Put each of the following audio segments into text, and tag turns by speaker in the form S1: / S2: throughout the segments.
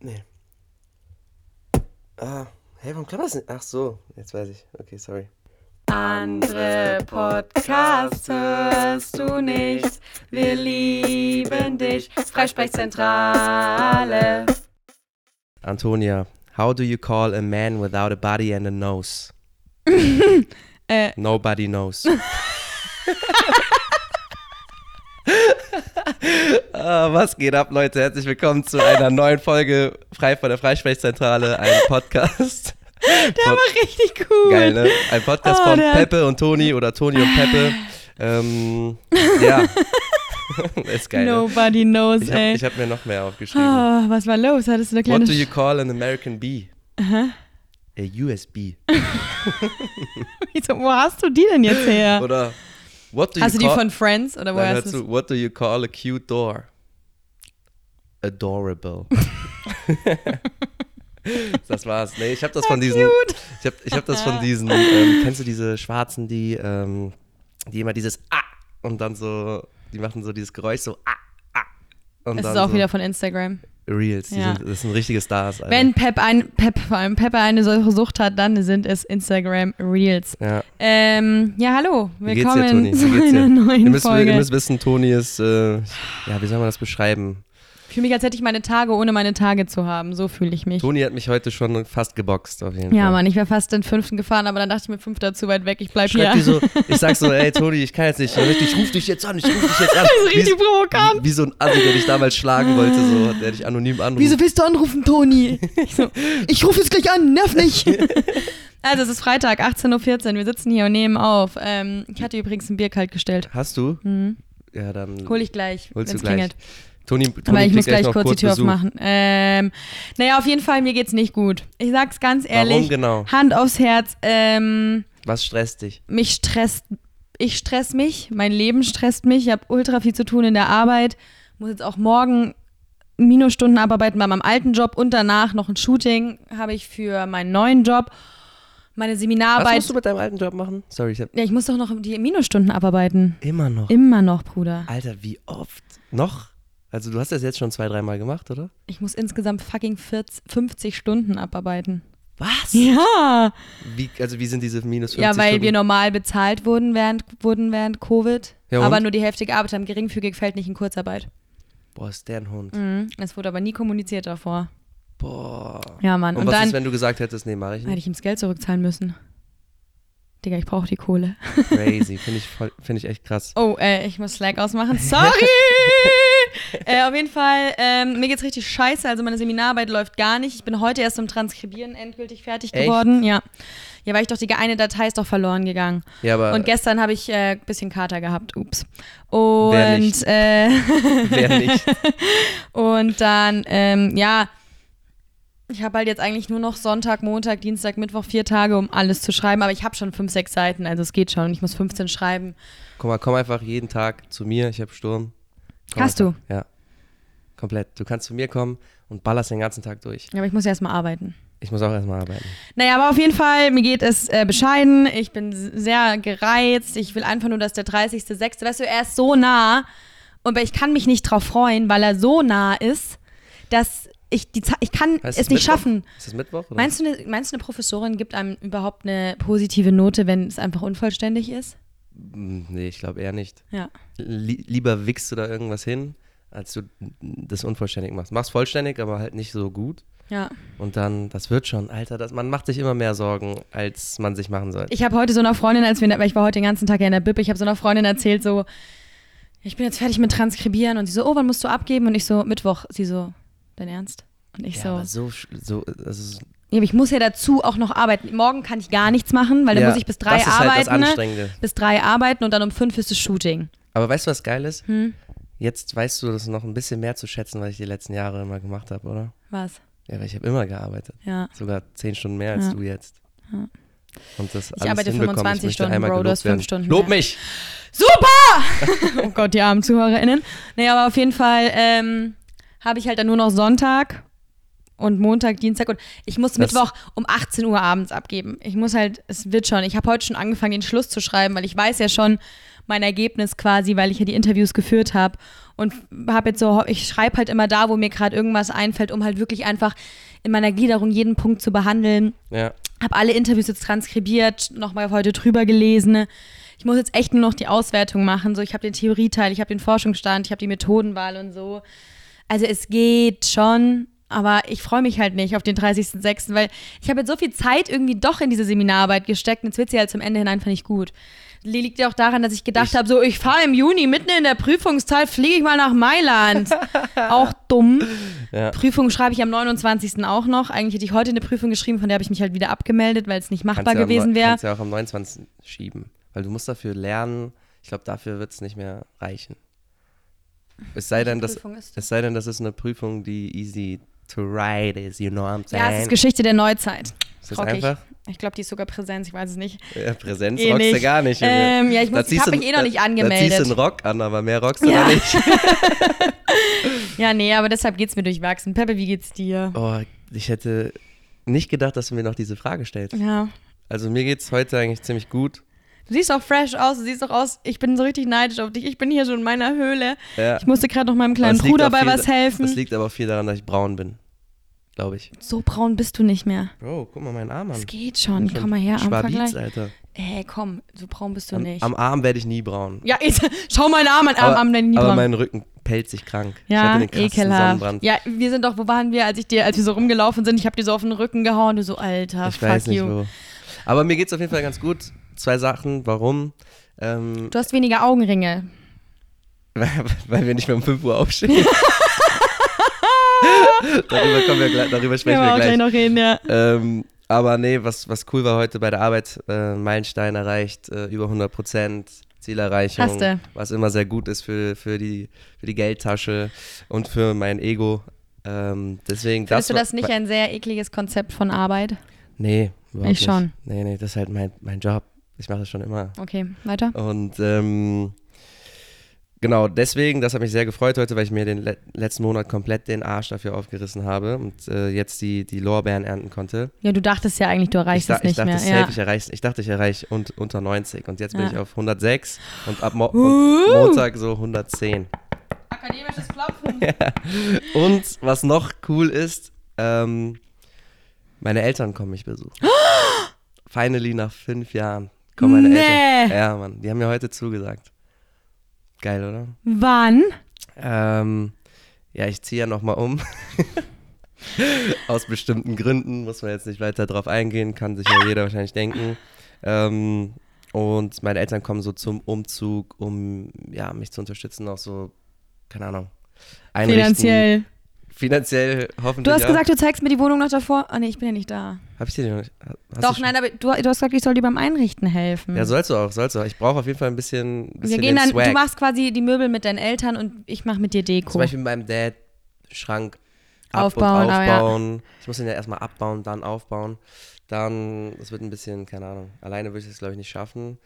S1: Nee. Ah, hey, warum klappt das nicht? Ach so, jetzt weiß ich. Okay, sorry.
S2: Andere Podcasts hörst du nicht. Wir lieben dich. Freisprechzentrale.
S1: Antonia, how do you call a man without a body and a nose?
S3: Äh.
S1: Nobody knows. ah, was geht ab, Leute? Herzlich willkommen zu einer neuen Folge Frei von der Freisprechzentrale, einem Podcast.
S3: Der war richtig gut.
S1: Geil, ne? Ein Podcast
S3: Oh,
S1: von
S3: der-
S1: Peppe und Toni oder Toni und Peppe. Ähm, ja. ist geil. Ne?
S3: Nobody knows,
S1: Ich
S3: ey.
S1: habe hab mir noch mehr aufgeschrieben.
S3: oh, was war los? Hattest du eine
S1: What
S3: kleine
S1: do you
S3: Sch-
S1: call an American bee? A USB.
S3: Wieso, Wo hast du die denn jetzt her?
S1: Oder what do you
S3: hast du die
S1: call
S3: von Friends oder
S1: Nein,
S3: woher
S1: hör
S3: hast du
S1: zu. What do you call a cute door? Adorable. das war's. Nee, ich habe das von diesen
S3: Cute.
S1: ich habe ich hab das von diesen ähm, kennst du diese schwarzen, die ähm, die immer dieses ah und dann so die machen so dieses Geräusch so ah ah. Und
S3: Es
S1: dann
S3: ist auch
S1: so
S3: wieder von Instagram.
S1: Reels, die
S3: Ja.
S1: sind, das sind richtige Stars, Alter.
S3: Wenn Pep, ein, Pep, vor allem Pep eine solche Sucht hat, dann sind es Instagram Reels.
S1: ja.
S3: Ähm, ja, hallo.
S1: Wie geht's dir,
S3: Willkommen
S1: Toni?
S3: zu
S1: Wie geht's
S3: einer
S1: dir?
S3: neuen
S1: ihr, müsst,
S3: Folge.
S1: ihr müsst wissen, Toni ist, äh, ja, wie soll man das beschreiben?
S3: ich fühle mich, als hätte ich meine Tage, ohne meine Tage zu haben. So fühle ich mich.
S1: Toni hat mich heute schon fast geboxt, auf jeden
S3: Ja,
S1: Fall.
S3: Mann, ich wäre fast den fünften gefahren, aber dann dachte ich mir, fünfter zu weit weg, ich bleib
S1: Schreibt
S3: hier.
S1: die so, ich sag so, ey Toni, ich kann jetzt nicht, ich ruf dich jetzt an, ich ruf dich jetzt an.
S3: das ist richtig
S1: wie,
S3: provokant.
S1: wie, wie so ein Assi, der dich damals schlagen wollte, so, der dich anonym anruft.
S3: Wieso willst du anrufen, Toni? Ich, so, ich rufe jetzt gleich an, nerv nicht. Also es ist Freitag, 18.14 Uhr, wir sitzen hier und nehmen auf. Ähm, ich hatte übrigens ein Bier kalt gestellt.
S1: Hast du? Ja, dann
S3: Mhm. Hol ich gleich, wenn
S1: holst du
S3: es
S1: gleich.
S3: klingelt.
S1: Toni, Toni
S3: Aber ich
S1: kriegt
S3: muss gleich
S1: noch
S3: kurz, die Tür
S1: Besuch.
S3: aufmachen. Ähm, naja, auf jeden Fall, mir geht's nicht gut. Ich sag's ganz
S1: Warum
S3: ehrlich,
S1: genau?
S3: Hand aufs Herz, ähm,
S1: Was stresst dich?
S3: mich stresst, ich stress mich, mein Leben stresst mich, ich habe ultra viel zu tun in der Arbeit, muss jetzt auch morgen Minusstunden abarbeiten bei meinem alten Job und danach noch ein Shooting habe ich für meinen neuen Job, meine
S1: Was
S3: Seminararbeit.
S1: musst du mit deinem alten Job machen? Sorry, ich hab
S3: ja, ich muss doch noch die Minusstunden abarbeiten.
S1: immer noch.
S3: Immer noch, Bruder.
S1: Alter, wie oft? Noch? Also du hast das jetzt schon zwei, dreimal gemacht, oder?
S3: Ich muss insgesamt fucking 40, 50 Stunden abarbeiten.
S1: Was?
S3: Ja.
S1: Wie, also wie sind diese minus 50
S3: Ja, weil
S1: Stunden?
S3: wir normal bezahlt wurden während, wurden während Covid,
S1: Ja, und?
S3: aber nur die Hälfte gearbeitet haben. Geringfügig fällt nicht in Kurzarbeit.
S1: Boah, ist der ein Hund.
S3: Mhm. Es wurde aber nie kommuniziert davor.
S1: Boah.
S3: Ja, Mann.
S1: Und,
S3: Und,
S1: was
S3: dann
S1: ist, wenn du gesagt hättest, nee, mach ich
S3: hätte
S1: nicht?
S3: ich ihm das Geld zurückzahlen müssen. Digga, ich brauche die Kohle.
S1: Crazy. Finde ich, voll- find ich echt krass.
S3: Oh, äh, ich muss Slack ausmachen. Sorry! äh, auf jeden Fall, ähm, mir geht's richtig scheiße. Also meine Seminararbeit läuft gar nicht. Ich bin heute erst im Transkribieren endgültig fertig
S1: Echt?
S3: geworden. Ja. Ja, weil ich doch die eine Datei ist doch verloren gegangen.
S1: Ja, aber
S3: Und gestern habe ich ein äh, bisschen Kater gehabt. Ups. Und
S1: Wer nicht?
S3: äh,
S1: wer nicht?
S3: Und dann, ähm, ja, ich habe halt jetzt eigentlich nur noch Sonntag, Montag, Dienstag, Mittwoch, vier Tage, um alles zu schreiben. Aber ich habe schon fünf, sechs Seiten, also es geht schon. Ich muss 15 schreiben.
S1: Guck mal, komm einfach jeden Tag zu mir. Ich habe Sturm. Komm
S3: Hast du?
S1: einfach. Ja. Komplett. Du kannst zu mir kommen und ballerst den ganzen Tag durch.
S3: Aber ich muss erstmal arbeiten.
S1: Ich muss auch erstmal arbeiten.
S3: Naja, aber auf jeden Fall, mir geht es äh, bescheiden. Ich bin s- sehr gereizt. Ich will einfach nur, dass der 30.06., weißt du, er ist so nah. Und ich kann mich nicht drauf freuen, weil er so nah ist, dass ich die Ze- ich kann
S1: Heißt
S3: es nicht
S1: Mittwoch?
S3: schaffen.
S1: Ist das Mittwoch? Oder?
S3: Meinst du, eine, meinst du, eine Professorin gibt einem überhaupt eine positive Note, wenn es einfach unvollständig ist?
S1: Hm, Nee, ich glaube eher nicht.
S3: Ja.
S1: Lie- lieber wickst du da irgendwas hin, als du das unvollständig machst. Mach's vollständig, aber halt nicht so gut.
S3: Ja.
S1: Und dann, das wird schon, Alter, das, man macht sich immer mehr Sorgen, als man sich machen sollte.
S3: Ich habe heute so einer Freundin, als wir, in der- weil ich war heute den ganzen Tag ja in der Bib, ich habe so einer Freundin erzählt, so, ich bin jetzt fertig mit Transkribieren und sie so, oh, wann musst du abgeben? Und ich so, Mittwoch. Sie so, dein Ernst? Und ich
S1: ja,
S3: so,
S1: aber so, sch- so das ist,
S3: ja, aber ich muss ja dazu auch noch arbeiten. Morgen kann ich gar nichts machen, weil
S1: ja,
S3: dann muss ich bis drei
S1: das ist
S3: arbeiten.
S1: halt das
S3: ne?
S1: Anstrengende.
S3: bis drei arbeiten und dann um fünf ist das Shooting.
S1: Aber weißt du, was geil ist?
S3: Hm.
S1: Jetzt weißt du das noch ein bisschen mehr zu schätzen, was ich die letzten Jahre immer gemacht habe, oder?
S3: Was?
S1: Ja, weil ich habe immer gearbeitet.
S3: Ja.
S1: Sogar zehn Stunden mehr als
S3: Ja.
S1: du jetzt. Und das
S3: Ich
S1: alles
S3: arbeite
S1: hinbekommen.
S3: 25
S1: ich möchte
S3: Stunden,
S1: einmal
S3: Bro, du
S1: gelobt
S3: hast fünf
S1: werden.
S3: Stunden
S1: Lob
S3: mehr.
S1: mich!
S3: Super! oh Gott, die armen ZuhörerInnen. Naja, aber auf jeden Fall ähm, habe ich halt dann nur noch Sonntag und Montag, Dienstag und ich muss
S1: Das-
S3: Mittwoch um 18 Uhr abends abgeben. Ich muss halt, es wird schon. Ich habe heute schon angefangen, den Schluss zu schreiben, weil ich weiß ja schon mein Ergebnis quasi, weil ich ja die Interviews geführt habe und habe jetzt so, ich schreibe halt immer da, wo mir gerade irgendwas einfällt, um halt wirklich einfach in meiner Gliederung jeden Punkt zu behandeln.
S1: Ja.
S3: Habe alle Interviews jetzt transkribiert, nochmal heute drüber gelesen. Ich muss jetzt echt nur noch die Auswertung machen. So, ich habe den Theorieteil, ich habe den Forschungsstand, ich habe die Methodenwahl und so. Also es geht schon, aber ich freue mich halt nicht auf den 30.06., weil ich habe jetzt so viel Zeit irgendwie doch in diese Seminararbeit gesteckt und jetzt wird sie halt zum Ende hin einfach nicht gut. Li- Liegt ja auch daran, dass ich gedacht habe, so ich fahre im Juni mitten in der Prüfungszeit, fliege ich mal nach Mailand. auch dumm.
S1: Ja.
S3: Prüfung schreibe ich am 29. auch noch. Eigentlich hätte ich heute eine Prüfung geschrieben, von der habe ich mich halt wieder abgemeldet, weil es nicht machbar
S1: ja am
S3: gewesen
S1: Neu-
S3: wäre.
S1: Kannst ja auch am 29. schieben, weil du musst dafür lernen. Ich glaube, dafür wird es nicht mehr reichen. Es sei denn, dass
S3: Prüfung ist das?
S1: es sei denn, das ist eine Prüfung, die easy to write is, you know what I'm saying.
S3: Ja, es ist Geschichte der Neuzeit.
S1: Ist das
S3: Rock ich.
S1: einfach?
S3: Ich glaube, die ist sogar Präsenz, ich weiß es nicht.
S1: Ja, Präsenz
S3: Eh
S1: rockst du
S3: nicht.
S1: gar nicht. Junge.
S3: Ähm, ja, ich muss-
S1: Da
S3: ich
S1: ziehst
S3: hab
S1: du-
S3: mich eh noch
S1: da-
S3: nicht
S1: Da ziehst
S3: angemeldet.
S1: du einen Rock an, aber mehr rockst du da
S3: Ja.
S1: nicht.
S3: Ja, nee, aber deshalb geht's mir durchwachsen. Peppe, wie geht's dir?
S1: Oh, ich hätte nicht gedacht, dass du mir noch diese Frage stellst.
S3: Ja.
S1: Also mir geht's heute eigentlich ziemlich gut.
S3: Du siehst auch fresh aus, du siehst auch aus, ich bin so richtig neidisch auf dich. Ich bin hier schon in meiner Höhle.
S1: Ja.
S3: Ich musste gerade noch meinem
S1: Aber
S3: kleinen
S1: es liegt
S3: Bruder
S1: auch
S3: bei
S1: viel-
S3: was
S1: Das
S3: helfen.
S1: liegt aber auch viel daran, dass ich braun bin. Glaube ich.
S3: So braun bist du nicht mehr.
S1: Bro, guck mal meinen Arm an.
S3: Es geht schon. Komm mal her, am
S1: Schwabiz,
S3: Vergleich.
S1: Alter.
S3: Hey, komm, so braun bist du
S1: Am,
S3: nicht.
S1: am Arm werde ich nie braun.
S3: ja, ich, schau meinen Arm an, Arm,
S1: aber,
S3: Arm, deine
S1: aber
S3: Nieren.
S1: mein Rücken pellt sich krank. ich
S3: ja,
S1: hatte den krassen
S3: ekelhaft.
S1: Sonnenbrand.
S3: Ja, wir sind doch, wo waren wir, als ich dir, als wir so rumgelaufen sind, ich habe dir so auf den Rücken gehauen, du so, Alter,
S1: ich
S3: fuck
S1: weiß nicht
S3: you.
S1: wo. Aber mir geht's auf jeden Fall ganz gut. Zwei Sachen. Warum? Ähm,
S3: Du hast weniger Augenringe.
S1: weil, weil wir nicht mehr um 5 Uhr aufstehen. darüber, kommen wir, gleich- darüber sprechen
S3: wir
S1: wir
S3: auch
S1: gleich.
S3: gleich noch reden, ja.
S1: Ähm, aber nee, was, was cool war heute bei der Arbeit, äh, Meilenstein erreicht, äh, über 100 Prozent. Zielerreichung,
S3: Hast du.
S1: was immer sehr gut ist für, für, die, für die Geldtasche und für mein Ego. Ähm, deswegen
S3: Findest du
S1: war-
S3: das nicht ein sehr ekliges Konzept von Arbeit?
S1: Nee, überhaupt
S3: Ich
S1: nicht.
S3: schon.
S1: Nee, nee, das ist halt mein, mein Job. Ich mache das schon immer.
S3: Okay, weiter.
S1: Und ähm, genau deswegen, das hat mich sehr gefreut heute, weil ich mir den le letzten Monat komplett den Arsch dafür aufgerissen habe und äh, jetzt die, die Lorbeeren ernten konnte.
S3: Ja, du dachtest ja eigentlich, du erreichst
S1: ich, da-
S3: es nicht
S1: ich dachte,
S3: mehr.
S1: safe,
S3: Ja.
S1: ich, erreich, ich dachte, ich erreiche und, unter 90 und jetzt
S3: Ja.
S1: bin ich auf 106 und ab Mo
S3: Uh.
S1: und Montag so 110.
S3: Akademisches Klopfen.
S1: Und was noch cool ist, ähm, meine Eltern kommen mich besuchen. Finally nach fünf Jahren kommen meine
S3: Nee.
S1: Eltern. Äh, Ja, Mann, die haben mir heute zugesagt. Geil, oder?
S3: Wann?
S1: Ähm, ja, ich ziehe ja nochmal um. Aus bestimmten Gründen muss man jetzt nicht weiter drauf eingehen, kann sich ja jeder wahrscheinlich denken. Ähm, und meine Eltern kommen so zum Umzug, um ja, mich zu unterstützen, auch so, keine Ahnung, einrichten.
S3: Finanziell.
S1: Finanziell hoffentlich.
S3: Du hast
S1: auch.
S3: gesagt, du zeigst mir die Wohnung noch davor. Ah, nee, ich bin ja nicht da.
S1: Hab ich dir noch nicht. hast
S3: Doch,
S1: du-
S3: nein, aber du, du hast gesagt, ich soll dir beim Einrichten helfen.
S1: Ja, sollst du auch, sollst du auch. Ich brauche auf jeden Fall ein bisschen. bisschen
S3: Wir gehen
S1: den
S3: dann,
S1: Swag.
S3: du machst quasi die Möbel mit deinen Eltern und ich mache mit dir
S1: Zum
S3: Deko.
S1: Beispiel mit meinem Dad Schrank ab
S3: Aufbauen,
S1: und
S3: aber ja.
S1: aufbauen. Ich muss ihn ja erstmal abbauen, dann aufbauen. Dann, das wird ein bisschen, keine Ahnung, alleine würde ich es, glaube ich, nicht schaffen.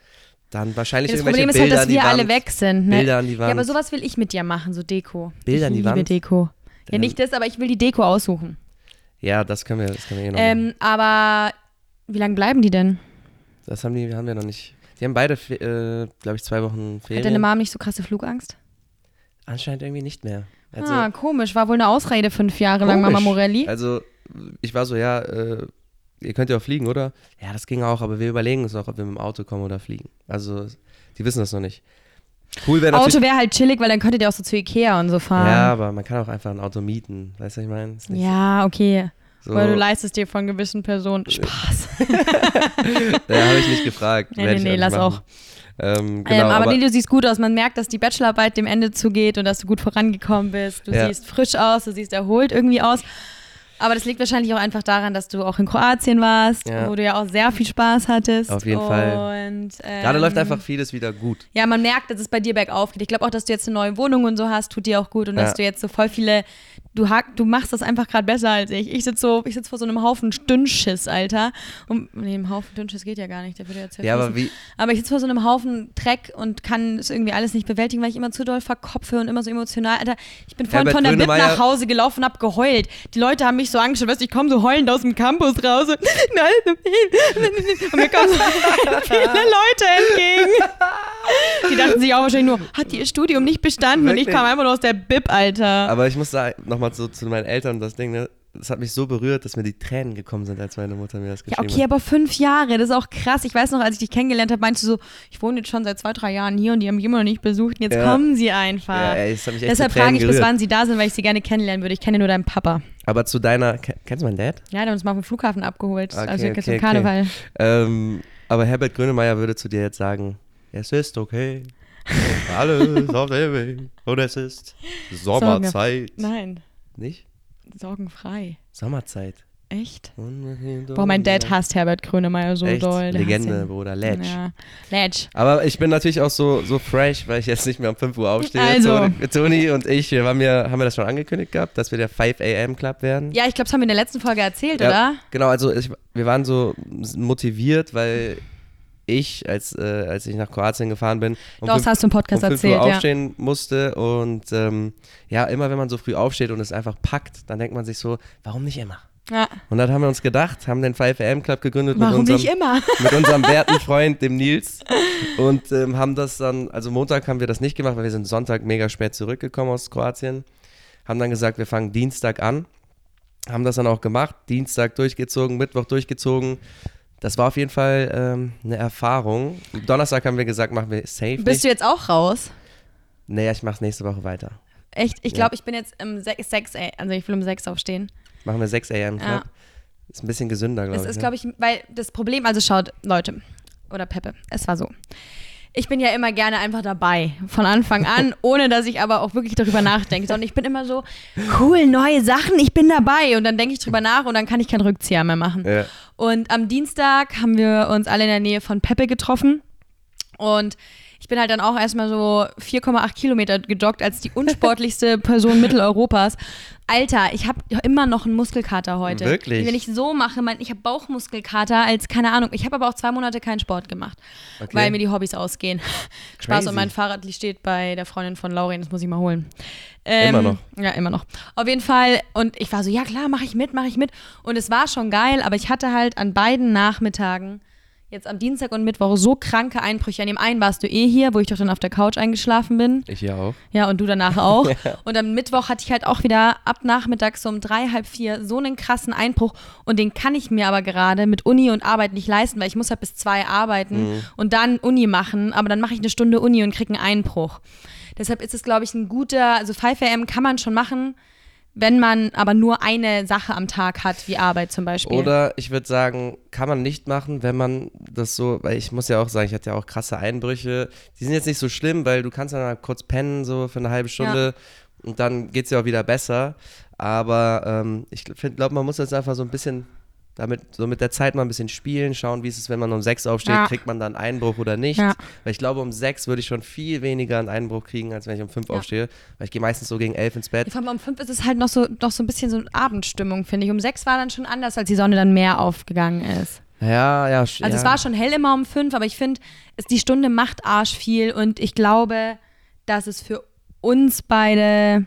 S1: Dann wahrscheinlich
S3: Das
S1: irgendwelche
S3: Problem ist halt,
S1: Bilder
S3: dass
S1: an die
S3: wir alle
S1: Wand.
S3: weg sind. Ne?
S1: Bilder an die Wand.
S3: Ja, aber sowas will ich mit dir machen, so Deko.
S1: Bilder
S3: ich
S1: an die
S3: liebe
S1: Wand?
S3: Deko. Ja,
S1: Dann-
S3: nicht das, aber ich will die Deko aussuchen.
S1: Ja, das können wir, das können wir eh noch machen.
S3: Ähm, aber wie lange bleiben die denn?
S1: Das haben die haben wir noch nicht. Die haben beide, Fe- äh, glaube ich, zwei Wochen
S3: Hat deine
S1: Ferien.
S3: Mom nicht so krasse Flugangst?
S1: Anscheinend irgendwie nicht mehr. Also,
S3: ah, komisch. War wohl eine Ausrede fünf Jahre lang, Mama
S1: Komisch.
S3: Morelli.
S1: Also, ich war so, ja, äh, ihr könnt ja auch fliegen, oder? Ja, das ging auch, aber wir überlegen uns noch, ob wir mit dem Auto kommen oder fliegen. Also, die wissen das noch nicht. Cool wäre natürlich.
S3: Auto wäre halt chillig, weil dann könntet ihr auch so zu Ikea und so
S1: Ja,
S3: fahren.
S1: aber man kann auch einfach ein Auto mieten. Weißt du, was ich meine? Ist
S3: Ja,
S1: nicht
S3: okay.
S1: so,
S3: Weil du leistest dir von gewissen Personen Ähm, Spaß.
S1: ja, habe ich nicht gefragt.
S3: Nee,
S1: Werd
S3: nee,
S1: ich
S3: nee,
S1: nicht
S3: lass
S1: machen.
S3: auch.
S1: Ähm,
S3: ähm,
S1: genau,
S3: aber,
S1: aber,
S3: nee, du siehst gut aus. Man merkt, dass die Bachelorarbeit dem Ende zugeht und dass du gut vorangekommen bist. Du
S1: Ja.
S3: siehst frisch aus, du siehst erholt irgendwie aus. Aber das liegt wahrscheinlich auch einfach daran, dass du auch in Kroatien warst,
S1: Ja.
S3: wo du ja auch sehr viel Spaß hattest.
S1: Auf jeden
S3: und,
S1: Fall.
S3: Ähm,
S1: gerade läuft einfach vieles wieder gut.
S3: Ja, man merkt, dass es bei dir bergauf geht. Ich glaube auch, dass du jetzt eine neue Wohnung und so hast, tut dir auch gut und
S1: Ja.
S3: dass du jetzt so voll viele, du, hak, du machst das einfach gerade besser als ich. Ich sitze so, ich sitze vor so einem Haufen Dünnschiss, Alter. Und nee, im Haufen Dünnschiss geht ja gar nicht, der würde ja zerfließen.
S1: Ja, aber wie,
S3: Aber ich sitze vor so einem Haufen Dreck und kann es irgendwie alles nicht bewältigen, weil ich immer zu doll verkopfe und immer so emotional. Alter, ich bin vorhin
S1: Herbert
S3: von der Bib
S1: Grönemeyer-
S3: nach Hause gelaufen und hab geheult. Die Leute haben mich so angeschaut, weißt du, ich komme so heulend aus dem Campus raus und, und mir kommen so Oh viele Leute entgegen. Die dachten sich auch wahrscheinlich nur, hat die ihr Studium nicht bestanden? Und ich
S1: Wirklich?
S3: kam einfach nur aus der Bib, Alter.
S1: Aber ich muss sagen, nochmal zu, zu meinen Eltern, das Ding, ne, das hat mich so berührt, dass mir die Tränen gekommen sind, als meine Mutter mir das
S3: Ja,
S1: geschrieben
S3: okay,
S1: hat.
S3: aber fünf Jahre, das ist auch krass. Ich weiß noch, als ich dich kennengelernt habe, meinst du so, ich wohne jetzt schon seit zwei, drei Jahren hier und die haben mich immer noch nicht besucht und jetzt
S1: Ja.
S3: kommen sie einfach.
S1: Ja, ey, das hat mich echt
S3: Deshalb
S1: zu Tränen
S3: frage ich, bis
S1: gerührt.
S3: wann sie da sind, weil ich sie gerne kennenlernen würde. Ich kenne nur deinen Papa.
S1: Aber zu deiner, ke- kennst du meinen Dad?
S3: Ja, der hat uns mal vom Flughafen abgeholt.
S1: Okay,
S3: also
S1: okay,
S3: zum
S1: okay.
S3: Karneval.
S1: Ähm, aber Herbert Grönemeyer würde zu dir jetzt sagen, es ist okay. Alles auf dem Weg. Und es ist Sommerzeit.
S3: Nein,
S1: Nicht?
S3: sorgenfrei.
S1: Sommerzeit.
S3: Echt? Boah, mein Dad hasst Herbert Grönemeyer so
S1: Echt?
S3: doll. Der hasst
S1: Legende,
S3: ihn.
S1: Bruder. Ledge.
S3: Ja. Ledge.
S1: Aber ich bin natürlich auch so, so fresh, weil ich jetzt nicht mehr um 5 Uhr aufstehe.
S3: Also.
S1: Toni, Toni und ich, wir haben, ja, haben wir das schon angekündigt gehabt, dass wir der 5 a.m. Club werden.
S3: Ja, ich glaube, das haben wir in der letzten Folge erzählt,
S1: Ja,
S3: oder?
S1: Genau, also ich, wir waren so motiviert, weil ich, als, äh, als ich nach Kroatien gefahren bin, um
S3: Doch, das hast du im
S1: um
S3: Podcast
S1: 5
S3: erzählt,
S1: Uhr
S3: ja.
S1: aufstehen musste. Und ähm, ja, immer wenn man so früh aufsteht und es einfach packt, dann denkt man sich so, warum nicht immer?
S3: ja.
S1: Und dann haben wir uns gedacht, haben den 5am Club gegründet mit
S3: Warum
S1: unserem,
S3: nicht immer?
S1: mit unserem werten Freund, dem Nils. Und ähm, haben das dann, also Montag haben wir das nicht gemacht, weil wir sind Sonntag mega spät zurückgekommen aus Kroatien. Haben dann gesagt, wir fangen Dienstag an. Haben das dann auch gemacht, Dienstag durchgezogen, Mittwoch durchgezogen. Das war auf jeden Fall ähm, eine Erfahrung. Donnerstag haben wir gesagt, machen wir safe.
S3: Bist du jetzt auch raus?
S1: Naja, ich mach's nächste Woche weiter.
S3: Echt? Ich glaube, ich bin jetzt um 6, ey. also ich will um 6 aufstehen.
S1: Machen wir 6 a.m. Club.
S3: Ja.
S1: Ist ein bisschen gesünder, glaube ich.
S3: Es ist,
S1: ne?
S3: glaube ich, weil das Problem, also schaut, Leute, oder Peppe, es war so. Ich bin ja immer gerne einfach dabei, von Anfang an, ohne dass ich aber auch wirklich darüber nachdenke. Sondern ich bin immer so, cool, neue Sachen, ich bin dabei. Und dann denke ich drüber nach und dann kann ich keinen Rückzieher mehr machen.
S1: Ja.
S3: Und am Dienstag haben wir uns alle in der Nähe von Peppe getroffen. Und ich bin halt dann auch erstmal so 4,8 Kilometer gejoggt als die unsportlichste Person Mitteleuropas. Alter, ich habe immer noch einen Muskelkater heute.
S1: Wirklich?
S3: Wenn ich so mache, mein, ich habe Bauchmuskelkater als, keine Ahnung, ich habe aber auch zwei Monate keinen Sport gemacht,
S1: Okay.
S3: weil mir die Hobbys ausgehen. Spaß und
S1: Crazy.
S3: mein Fahrrad steht bei der Freundin von Laurin, das muss ich mal holen. Ähm,
S1: Immer noch.
S3: Ja, immer noch. Auf jeden Fall. Und ich war so, ja klar, mache ich mit, mache ich mit. Und es war schon geil, aber ich hatte halt an beiden Nachmittagen, jetzt am Dienstag und Mittwoch, so kranke Einbrüche. An dem einen warst du eh hier, wo ich doch dann auf der Couch eingeschlafen bin.
S1: Ich hier auch.
S3: Ja, und du danach auch. Und am Mittwoch hatte ich halt auch wieder ab nachmittags so um drei, halb vier so einen krassen Einbruch. Und den kann ich mir aber gerade mit Uni und Arbeit nicht leisten, weil ich muss halt bis zwei arbeiten und dann Uni machen. Aber dann mache ich eine Stunde Uni und kriege einen Einbruch. Deshalb ist es, glaube ich, ein guter, also 5 AM kann man schon machen, wenn man aber nur eine Sache am Tag hat, wie Arbeit zum Beispiel.
S1: Oder ich würde sagen, kann man nicht machen, wenn man das so, weil ich muss ja auch sagen, ich hatte ja auch krasse Einbrüche. Die sind jetzt nicht so schlimm, weil du kannst dann mal kurz pennen, so für eine halbe Stunde und dann geht's dir auch wieder besser. Aber ähm, ich glaube, man muss jetzt einfach so ein bisschen damit, so mit der Zeit mal ein bisschen spielen, schauen, wie ist es, wenn man um sechs aufsteht,
S3: Ja.
S1: kriegt man dann einen Einbruch oder nicht.
S3: Ja.
S1: Weil ich glaube, um sechs würde ich schon viel weniger einen Einbruch kriegen, als wenn ich um fünf aufstehe. Weil ich gehe meistens so gegen elf ins Bett.
S3: Vor allem um fünf ist es halt noch so, noch so ein bisschen so eine Abendstimmung, finde ich. Um sechs war dann schon anders, als die Sonne dann mehr aufgegangen ist.
S1: Ja, ja, sch-
S3: Also
S1: ja.
S3: es war schon hell immer um fünf, aber ich finde, es- die Stunde macht arsch viel und ich glaube, dass es für uns beide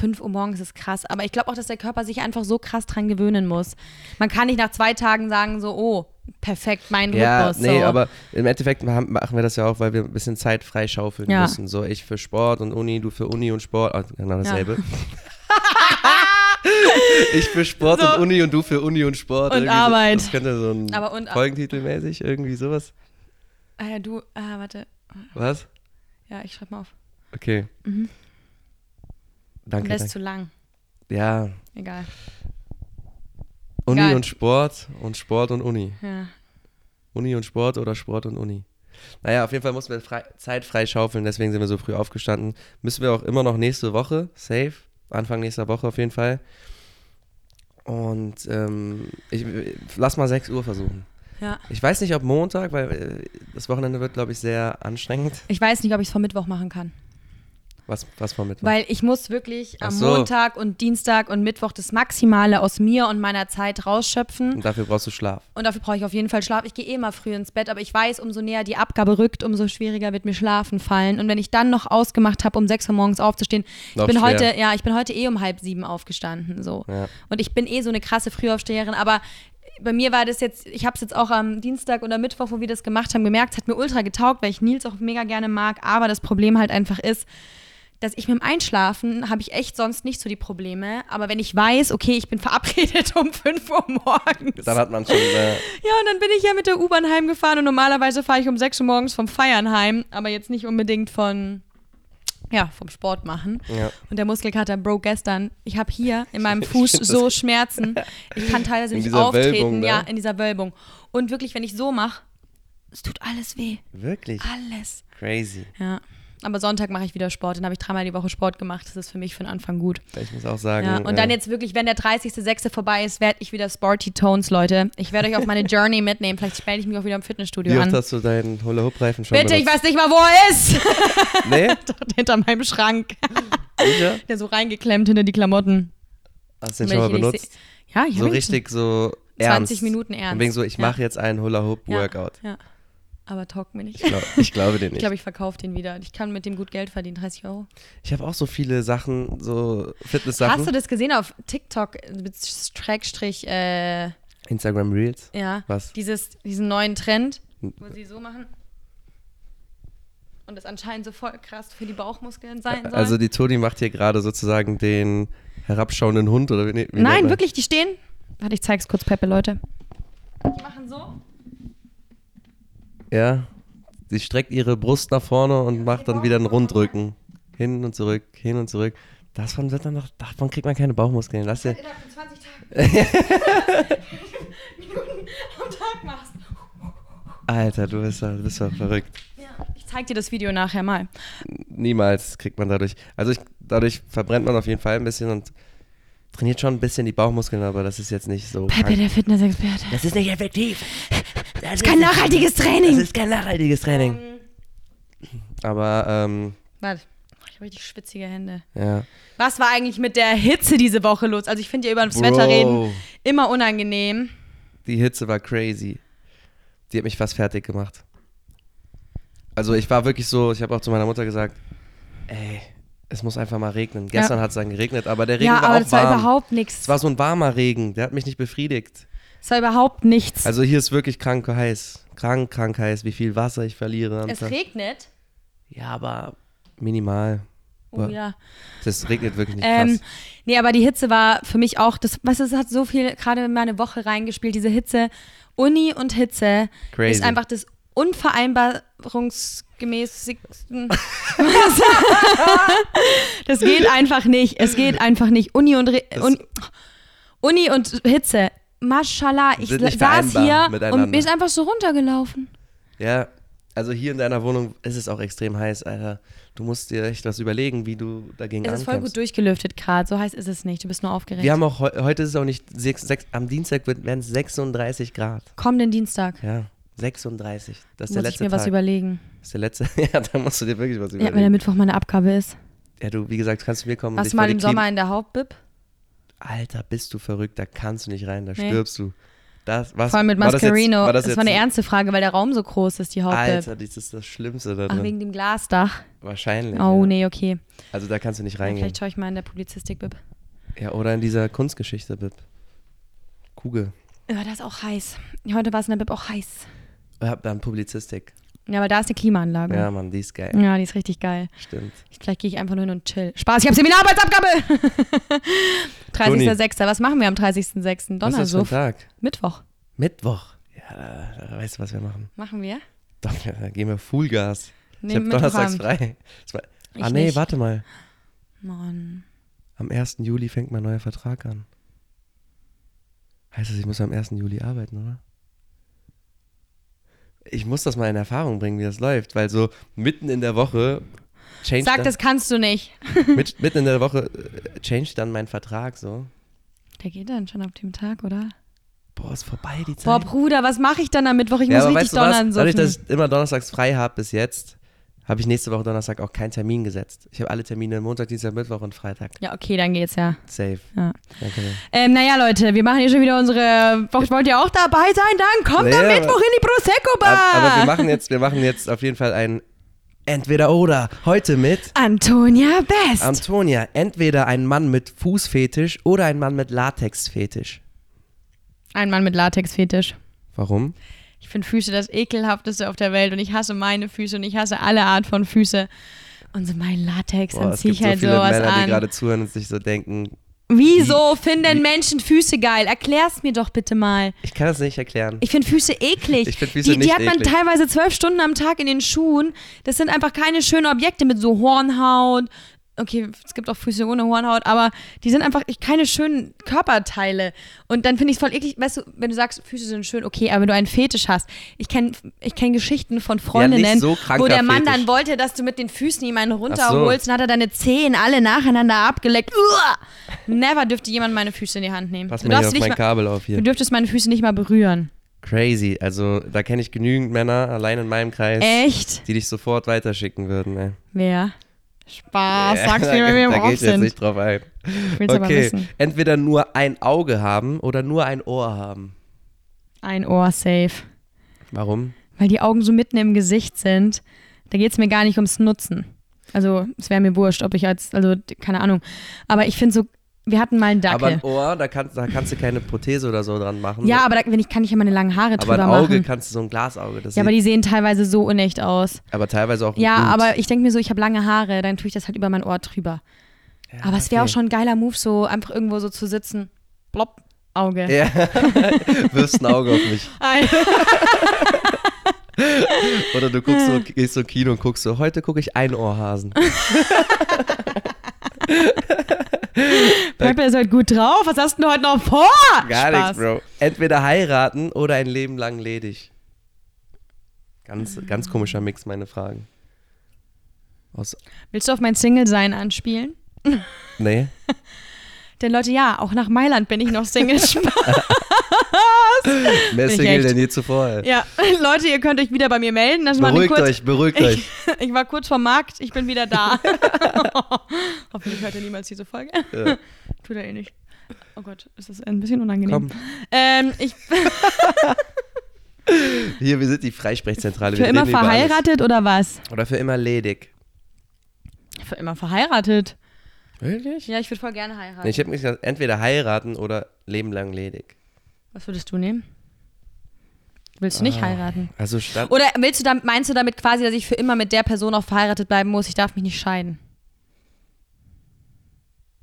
S3: fünf Uhr morgens ist krass, aber ich glaube auch, dass der Körper sich einfach so krass dran gewöhnen muss. Man kann nicht nach zwei Tagen sagen so, oh, perfekt, mein
S1: Ja,
S3: Rhythmus.
S1: nee,
S3: so.
S1: aber im Endeffekt ma- machen wir das ja auch, weil wir ein bisschen Zeit freischaufeln
S3: Ja.
S1: müssen. So, ich für Sport und Uni, du für Uni und Sport. Ah, genau dasselbe. ich für Sport
S3: So.
S1: und Uni und du für Uni und Sport.
S3: Und
S1: Irgendwie so-
S3: Arbeit.
S1: Das könnte so ein
S3: Aber und-
S1: Folgentitelmäßig irgendwie sowas.
S3: Ah ja, du, ah, warte,
S1: Was?
S3: ja, ich schreibe mal auf.
S1: Okay.
S3: Mhm.
S1: Danke,
S3: Das ist
S1: danke.
S3: zu lang,
S1: Ja,
S3: egal.
S1: Uni
S3: Geil.
S1: und Sport und Sport und Uni.
S3: Ja.
S1: Uni und Sport oder Sport und Uni. Naja, auf jeden Fall mussten wir frei, Zeit frei schaufeln, deswegen sind wir so früh aufgestanden. Müssen wir auch immer noch nächste Woche, safe, Anfang nächster Woche auf jeden Fall. Und ähm, ich, lass mal 6 Uhr versuchen.
S3: Ja.
S1: Ich weiß nicht, ob Montag, weil äh, das Wochenende wird, glaube ich, sehr anstrengend.
S3: Ich weiß nicht, ob ich es vor Mittwoch machen kann.
S1: Was, was war Mittwoch?
S3: Weil ich muss wirklich am
S1: Ach so.
S3: Montag und Dienstag und Mittwoch das Maximale aus mir und meiner Zeit rausschöpfen.
S1: Und dafür brauchst du Schlaf.
S3: Und dafür brauche ich auf jeden Fall Schlaf. Ich gehe eh immer früh ins Bett, aber ich weiß, umso näher die Abgabe rückt, umso schwieriger wird mir Schlafen fallen. Und wenn ich dann noch ausgemacht habe, um 6 Uhr morgens aufzustehen, ich
S1: Noch
S3: bin
S1: schwer.
S3: heute, ja, ich bin heute eh um halb sieben aufgestanden. So.
S1: Ja.
S3: Und ich bin eh so eine krasse Frühaufsteherin, aber bei mir war das jetzt, ich habe es jetzt auch am Dienstag oder Mittwoch, wo wir das gemacht haben, gemerkt, es hat mir ultra getaugt, weil ich Nils auch mega gerne mag. Aber das Problem halt einfach ist, dass ich mit dem Einschlafen habe ich echt sonst nicht so die Probleme. Aber wenn ich weiß, okay, ich bin verabredet um 5 Uhr morgens.
S1: Dann hat man schon. Äh,
S3: Ja, und dann bin ich ja mit der U-Bahn heimgefahren und normalerweise fahre ich um 6 Uhr morgens vom Feiern heim, aber jetzt nicht unbedingt von, ja, vom Sport machen.
S1: Ja.
S3: Und der Muskelkater, Bro, gestern, ich habe hier in meinem Fuß
S1: find das-
S3: so Schmerzen. Ich kann teilweise
S1: In
S3: nicht
S1: dieser
S3: auftreten,
S1: Wölbung, ne?
S3: ja, in dieser Wölbung. Und wirklich, wenn ich so mache, es tut alles weh.
S1: wirklich
S3: Alles.
S1: crazy.
S3: Ja. Aber Sonntag mache ich wieder Sport. Dann habe ich dreimal die Woche Sport gemacht. Das ist für mich für den Anfang gut.
S1: Ich muss auch sagen.
S3: Ja, und dann
S1: äh,
S3: jetzt wirklich, wenn der 30.06. vorbei ist, werde ich wieder Sporty Tones, Leute. Ich werde euch auf meine Journey mitnehmen. Vielleicht späle ich mich auch wieder im Fitnessstudio
S1: Wie oft
S3: an.
S1: hast du deinen Hula-Hoop-Reifen schon
S3: Bitte, ich
S1: benutzt?
S3: weiß nicht mal, wo er ist.
S1: Nee?
S3: Dort hinter meinem Schrank.
S1: Sicher?
S3: Der so reingeklemmt hinter die Klamotten.
S1: Hast du den
S3: Wenn
S1: schon mal
S3: ich ihn nicht
S1: benutzt?
S3: seh- Ja, ich
S1: So
S3: hab ihn
S1: richtig so
S3: 20
S1: ernst.
S3: Minuten ernst.
S1: Und wegen so, ich
S3: Ja.
S1: mache jetzt einen
S3: schon- ja,
S1: Hula-Hoop-Workout.
S3: Ja. Aber taugt mir nicht.
S1: Ich, glaub, ich glaube dir
S3: Ich
S1: nicht.
S3: glaube, ich verkaufe den wieder. Ich kann mit dem gut Geld verdienen, 30 Euro.
S1: Ich habe auch so viele Sachen, so Fitness-Sachen.
S3: Hast du das gesehen auf TikTok? Mit Schrägstrich, äh,
S1: Instagram Reels.
S3: ja.
S1: Was?
S3: Dieses, diesen neuen Trend, wo sie so machen. Und das anscheinend so voll krass für die Bauchmuskeln sein soll.
S1: Also die Toni macht hier gerade sozusagen den herabschauenden Hund oder wie, nee, wie nennt
S3: Nein,
S1: man-
S3: wirklich, die stehen. Warte, ich zeig's kurz, Peppe, Leute. Die machen so.
S1: Ja. Sie streckt ihre Brust nach vorne und macht
S3: genau.
S1: dann wieder einen Rundrücken. Hin und zurück, hin und zurück. Davon wird dann noch, davon kriegt man keine Bauchmuskeln. Lass dir.
S3: Innerhalb von 20 Tagen. Minuten am Tag machst.
S1: Alter, du bist doch, du bist doch verrückt.
S3: Ja. Ich zeig dir das Video nachher mal.
S1: Niemals kriegt man dadurch. Also ich, dadurch verbrennt man auf jeden Fall ein bisschen und trainiert schon ein bisschen die Bauchmuskeln, aber das ist jetzt nicht so.
S3: Peppe,
S1: krank.
S3: der Fitnessexperte.
S1: Das ist nicht effektiv. Das ist
S3: Kein nachhaltiges
S1: Das
S3: Training.
S1: ist kein nachhaltiges Training. Aber ähm,
S3: Warte. Oh, Ich habe richtig schwitzige Hände.
S1: ja.
S3: Was war eigentlich mit der Hitze diese Woche los? Also ich finde ja über das Wetter reden immer unangenehm.
S1: Die Hitze war crazy. Die hat mich fast fertig gemacht. Also ich war wirklich so, ich habe auch zu meiner Mutter gesagt, ey, es muss einfach mal regnen. Gestern hat es dann geregnet, aber der Regen
S3: ja,
S1: war
S3: aber
S1: auch
S3: das
S1: warm.
S3: war überhaupt
S1: es
S3: nichts.
S1: war so ein warmer Regen, der hat mich nicht befriedigt.
S3: Das war überhaupt nichts.
S1: Also hier ist wirklich krank heiß. Krank, krank heiß, wie viel Wasser ich verliere am
S3: es
S1: Tag.
S3: regnet.
S1: Ja, aber minimal.
S3: Oh ja.
S1: Das regnet wirklich nicht
S3: Ähm,
S1: krass.
S3: nee, aber die Hitze war für mich auch, das, was es hat so viel gerade in meine Woche reingespielt, diese Hitze. Uni und Hitze
S1: Crazy.
S3: ist einfach das unvereinbarungsgemäßigsten. das geht einfach nicht. Es geht einfach nicht. Uni und, Re
S1: Das-
S3: un Uni und Hitze. Maschallah, ich
S1: Sind nicht
S3: saß
S1: vereinbar
S3: hier und
S1: miteinander.
S3: mir ist einfach so runtergelaufen.
S1: Ja, also hier in deiner Wohnung ist es auch extrem heiß, Alter. Du musst dir echt was überlegen, wie du dagegen
S3: Es ist voll gut
S1: ankämpfst.
S3: durchgelüftet gerade. So heiß ist es nicht. Du bist nur aufgeregt.
S1: Wir haben auch, heu- heute ist es auch nicht, sechs, sechs, am Dienstag wird- werden es 36 Grad.
S3: Kommenden Dienstag
S1: Ja, 36. Das ist der
S3: muss ich
S1: letzte
S3: mir
S1: Tag.
S3: was überlegen.
S1: Das ist der letzte, ja, da musst du dir wirklich was
S3: Ja, wenn der
S1: überlegen.
S3: Mittwoch meine Abgabe ist.
S1: Ja, du, wie gesagt, kannst du mir kommen. und
S3: Warst
S1: dich
S3: du
S1: vor
S3: mal
S1: die
S3: im
S1: Klin-
S3: Sommer in der Hauptbib?
S1: Alter, bist du verrückt, da kannst du nicht rein, da
S3: Nee.
S1: stirbst du. Das, was,
S3: Vor allem mit
S1: war das jetzt-
S3: Mascarino.
S1: War
S3: das,
S1: das,
S3: war
S1: jetzt,
S3: eine ernste Frage, weil der Raum so groß ist, die Hauptbib.
S1: Alter, das ist das Schlimmste da
S3: Ach,
S1: drin.
S3: wegen dem Glasdach.
S1: Wahrscheinlich.
S3: Oh,
S1: ja.
S3: nee, okay.
S1: Also da kannst du nicht
S3: Dann
S1: reingehen.
S3: vielleicht schaue ich mal in der Publizistik-Bib.
S1: Ja, oder in dieser Kunstgeschichte, Bib. Kugel.
S3: Ja, da ist auch heiß. Heute war es in der Bib auch heiß.
S1: Ja, dann Publizistik.
S3: Ja, aber da ist eine Klimaanlage.
S1: Ja, Mann, die ist geil.
S3: Ja, die ist richtig geil.
S1: Stimmt.
S3: Vielleicht gehe ich einfach nur hin und chill. Spaß, ich habe Seminararbeitsabgabe! 30.06. Was machen wir am 30.06.?
S1: Was ist das für ein
S3: Donnersuff.
S1: Tag?
S3: Mittwoch.
S1: Mittwoch. Ja, da, da weißt du, was wir machen.
S3: Machen wir?
S1: Doch, ja, da gehen wir Fullgas. ich
S3: Nee,
S1: hab donnerstags
S3: Mittwochabend.
S1: frei. Das war-
S3: Ich
S1: ah, nee,
S3: nicht.
S1: warte mal.
S3: Mann.
S1: Am 1. Juli fängt mein neuer Vertrag an. Heißt das, ich muss am 1. Juli arbeiten, oder? Ich muss das mal in Erfahrung bringen, wie das läuft, weil so mitten in der Woche change
S3: Sag,
S1: dann,
S3: das kannst du nicht.
S1: mit, mitten in der Woche äh, change dann mein Vertrag so.
S3: Der geht dann schon ab dem Tag, oder?
S1: Boah, ist vorbei die Zeit.
S3: Boah, Bruder, was mache ich dann am Mittwoch? Ich muss
S1: aber
S3: richtig
S1: du was?
S3: donnern.
S1: Dadurch, dass
S3: suchen.
S1: ich immer donnerstags frei habe bis jetzt, habe ich nächste Woche Donnerstag auch keinen Termin gesetzt. Ich habe alle Termine Montag, Dienstag, Mittwoch und Freitag.
S3: Ja, okay, dann geht's ja.
S1: Safe.
S3: Ja.
S1: Danke.
S3: Ähm, naja, Leute, wir machen hier schon wieder unsere. Wollt ihr auch dabei sein? Dann kommt
S1: Ja.
S3: am Mittwoch in die Prosecco-Bar!
S1: Aber, aber
S3: Ah!
S1: wir, machen jetzt, wir machen jetzt auf jeden Fall ein Entweder-Oder. Heute mit
S3: Antonia Best!
S1: Antonia. Entweder ein Mann mit Fußfetisch oder ein Mann mit Latexfetisch.
S3: Ein Mann mit Latexfetisch.
S1: Warum?
S3: Ich finde Füße das ekelhafteste auf der Welt und ich hasse meine Füße und ich hasse alle Art von Füße. Und so mein Latex,
S1: Boah,
S3: dann
S1: es gibt
S3: ziehe ich
S1: so
S3: halt
S1: viele
S3: sowas
S1: Männer, die
S3: an.
S1: gerade zuhören und sich so denken,
S3: Wieso finden Menschen Füße geil? Erklär's mir doch bitte mal.
S1: ich kann das nicht erklären.
S3: Ich finde Füße eklig.
S1: Ich find Füße
S3: die, die
S1: nicht
S3: hat man
S1: eklig.
S3: teilweise zwölf Stunden am Tag in den Schuhen. Das sind einfach keine schönen Objekte mit so Hornhaut. Okay, es gibt auch Füße ohne Hornhaut, aber die sind einfach keine schönen Körperteile. Und dann finde ich es voll eklig, weißt du, wenn du sagst, Füße sind schön, okay, aber wenn du einen Fetisch hast. Ich kenne ich kenn Geschichten von Freundinnen,
S1: so kranker
S3: wo der Mann
S1: Fetisch.
S3: dann wollte, dass du mit den Füßen jemanden
S1: Ach so.
S3: runterholst, dann hat er deine Zehen alle nacheinander abgeleckt. Uah! Never dürfte jemand meine Füße in die Hand nehmen.
S1: Pass
S3: Du
S1: mal hier
S3: darfst
S1: auf
S3: nicht
S1: mein
S3: mal-
S1: Kabel auf
S3: Du
S1: hier.
S3: dürftest meine Füße nicht mal berühren.
S1: Crazy. Also, da kenne ich genügend Männer, allein in meinem Kreis,
S3: Echt?
S1: die dich sofort weiterschicken würden. Ey.
S3: Wer? Spaß,
S1: Ja,
S3: sag's
S1: da-
S3: mir, wenn wir im
S1: Da gehe
S3: Raum
S1: ich jetzt
S3: sind.
S1: nicht drauf ein.
S3: Ich will's aber
S1: Okay,
S3: wissen.
S1: entweder nur ein Auge haben oder nur ein Ohr haben.
S3: Ein Ohr safe.
S1: Warum?
S3: Weil die Augen so mitten im Gesicht sind, da geht's mir gar nicht ums Nutzen. Also, es wäre mir wurscht, ob ich als, also, d- keine Ahnung. Aber ich finde so, wir hatten mal einen
S1: Aber
S3: Dackel.
S1: ein Ohr, da kannst, da kannst du keine Prothese oder so dran machen.
S3: ja, aber da, wenn ich, kann ich ja meine langen Haare
S1: aber ein
S3: drüber
S1: Auge
S3: machen.
S1: kannst du so ein Glasauge. Das
S3: Ja, aber
S1: sieht,
S3: die sehen teilweise so unecht aus.
S1: aber teilweise auch. Oh,
S3: Ja,
S1: gut.
S3: aber ich denke mir so, ich habe lange Haare, dann tue ich das halt über mein Ohr drüber.
S1: Ja,
S3: aber es wäre
S1: okay.
S3: auch schon ein geiler Move, so einfach irgendwo so zu sitzen. Blopp, Auge.
S1: Ja, wirfst ein Auge auf mich.
S3: Ein-
S1: Oder du guckst so, gehst so im Kino und guckst so, heute gucke ich ein Ohrhasen.
S3: Purple ist heute gut drauf. Was hast du denn heute noch vor?
S1: Gar nichts,
S3: Spaß.
S1: Bro. Entweder heiraten oder ein Leben lang ledig. Ganz, ganz komischer Mix, meine Fragen. Aus,
S3: Willst du auf mein Single-Sein anspielen?
S1: nee.
S3: Denn Leute, ja, auch nach Mailand bin ich noch Single. Spaß.
S1: Mehr
S3: Nicht
S1: Single
S3: echt.
S1: denn je zuvor. Ey.
S3: ja, Leute, ihr könnt euch wieder bei mir melden. Das war eine
S1: Beruhigt
S3: kurz
S1: euch, beruhigt euch.
S3: Ich, ich war kurz vom Markt, ich bin wieder da. Hoffentlich hört ihr niemals diese Folge.
S1: Ja.
S3: Tut er eh nicht. Oh Gott, ist das ein bisschen unangenehm.
S1: Komm,
S3: Ähm, ich bin
S1: hier, wir sind die Freisprechzentrale.
S3: für
S1: wir
S3: immer
S1: reden über alles.
S3: verheiratet oder was?
S1: Oder für immer ledig.
S3: Für immer verheiratet.
S1: Wirklich?
S3: Ja, ich würde voll gerne heiraten.
S1: Nee, ich habe mich gesagt, entweder heiraten oder Leben lang ledig.
S3: was würdest du nehmen? Willst du nicht heiraten?
S1: Also statt.
S3: Oder willst du damit, meinst du damit quasi, dass ich für immer mit der Person auch verheiratet bleiben muss? Ich darf mich nicht scheiden.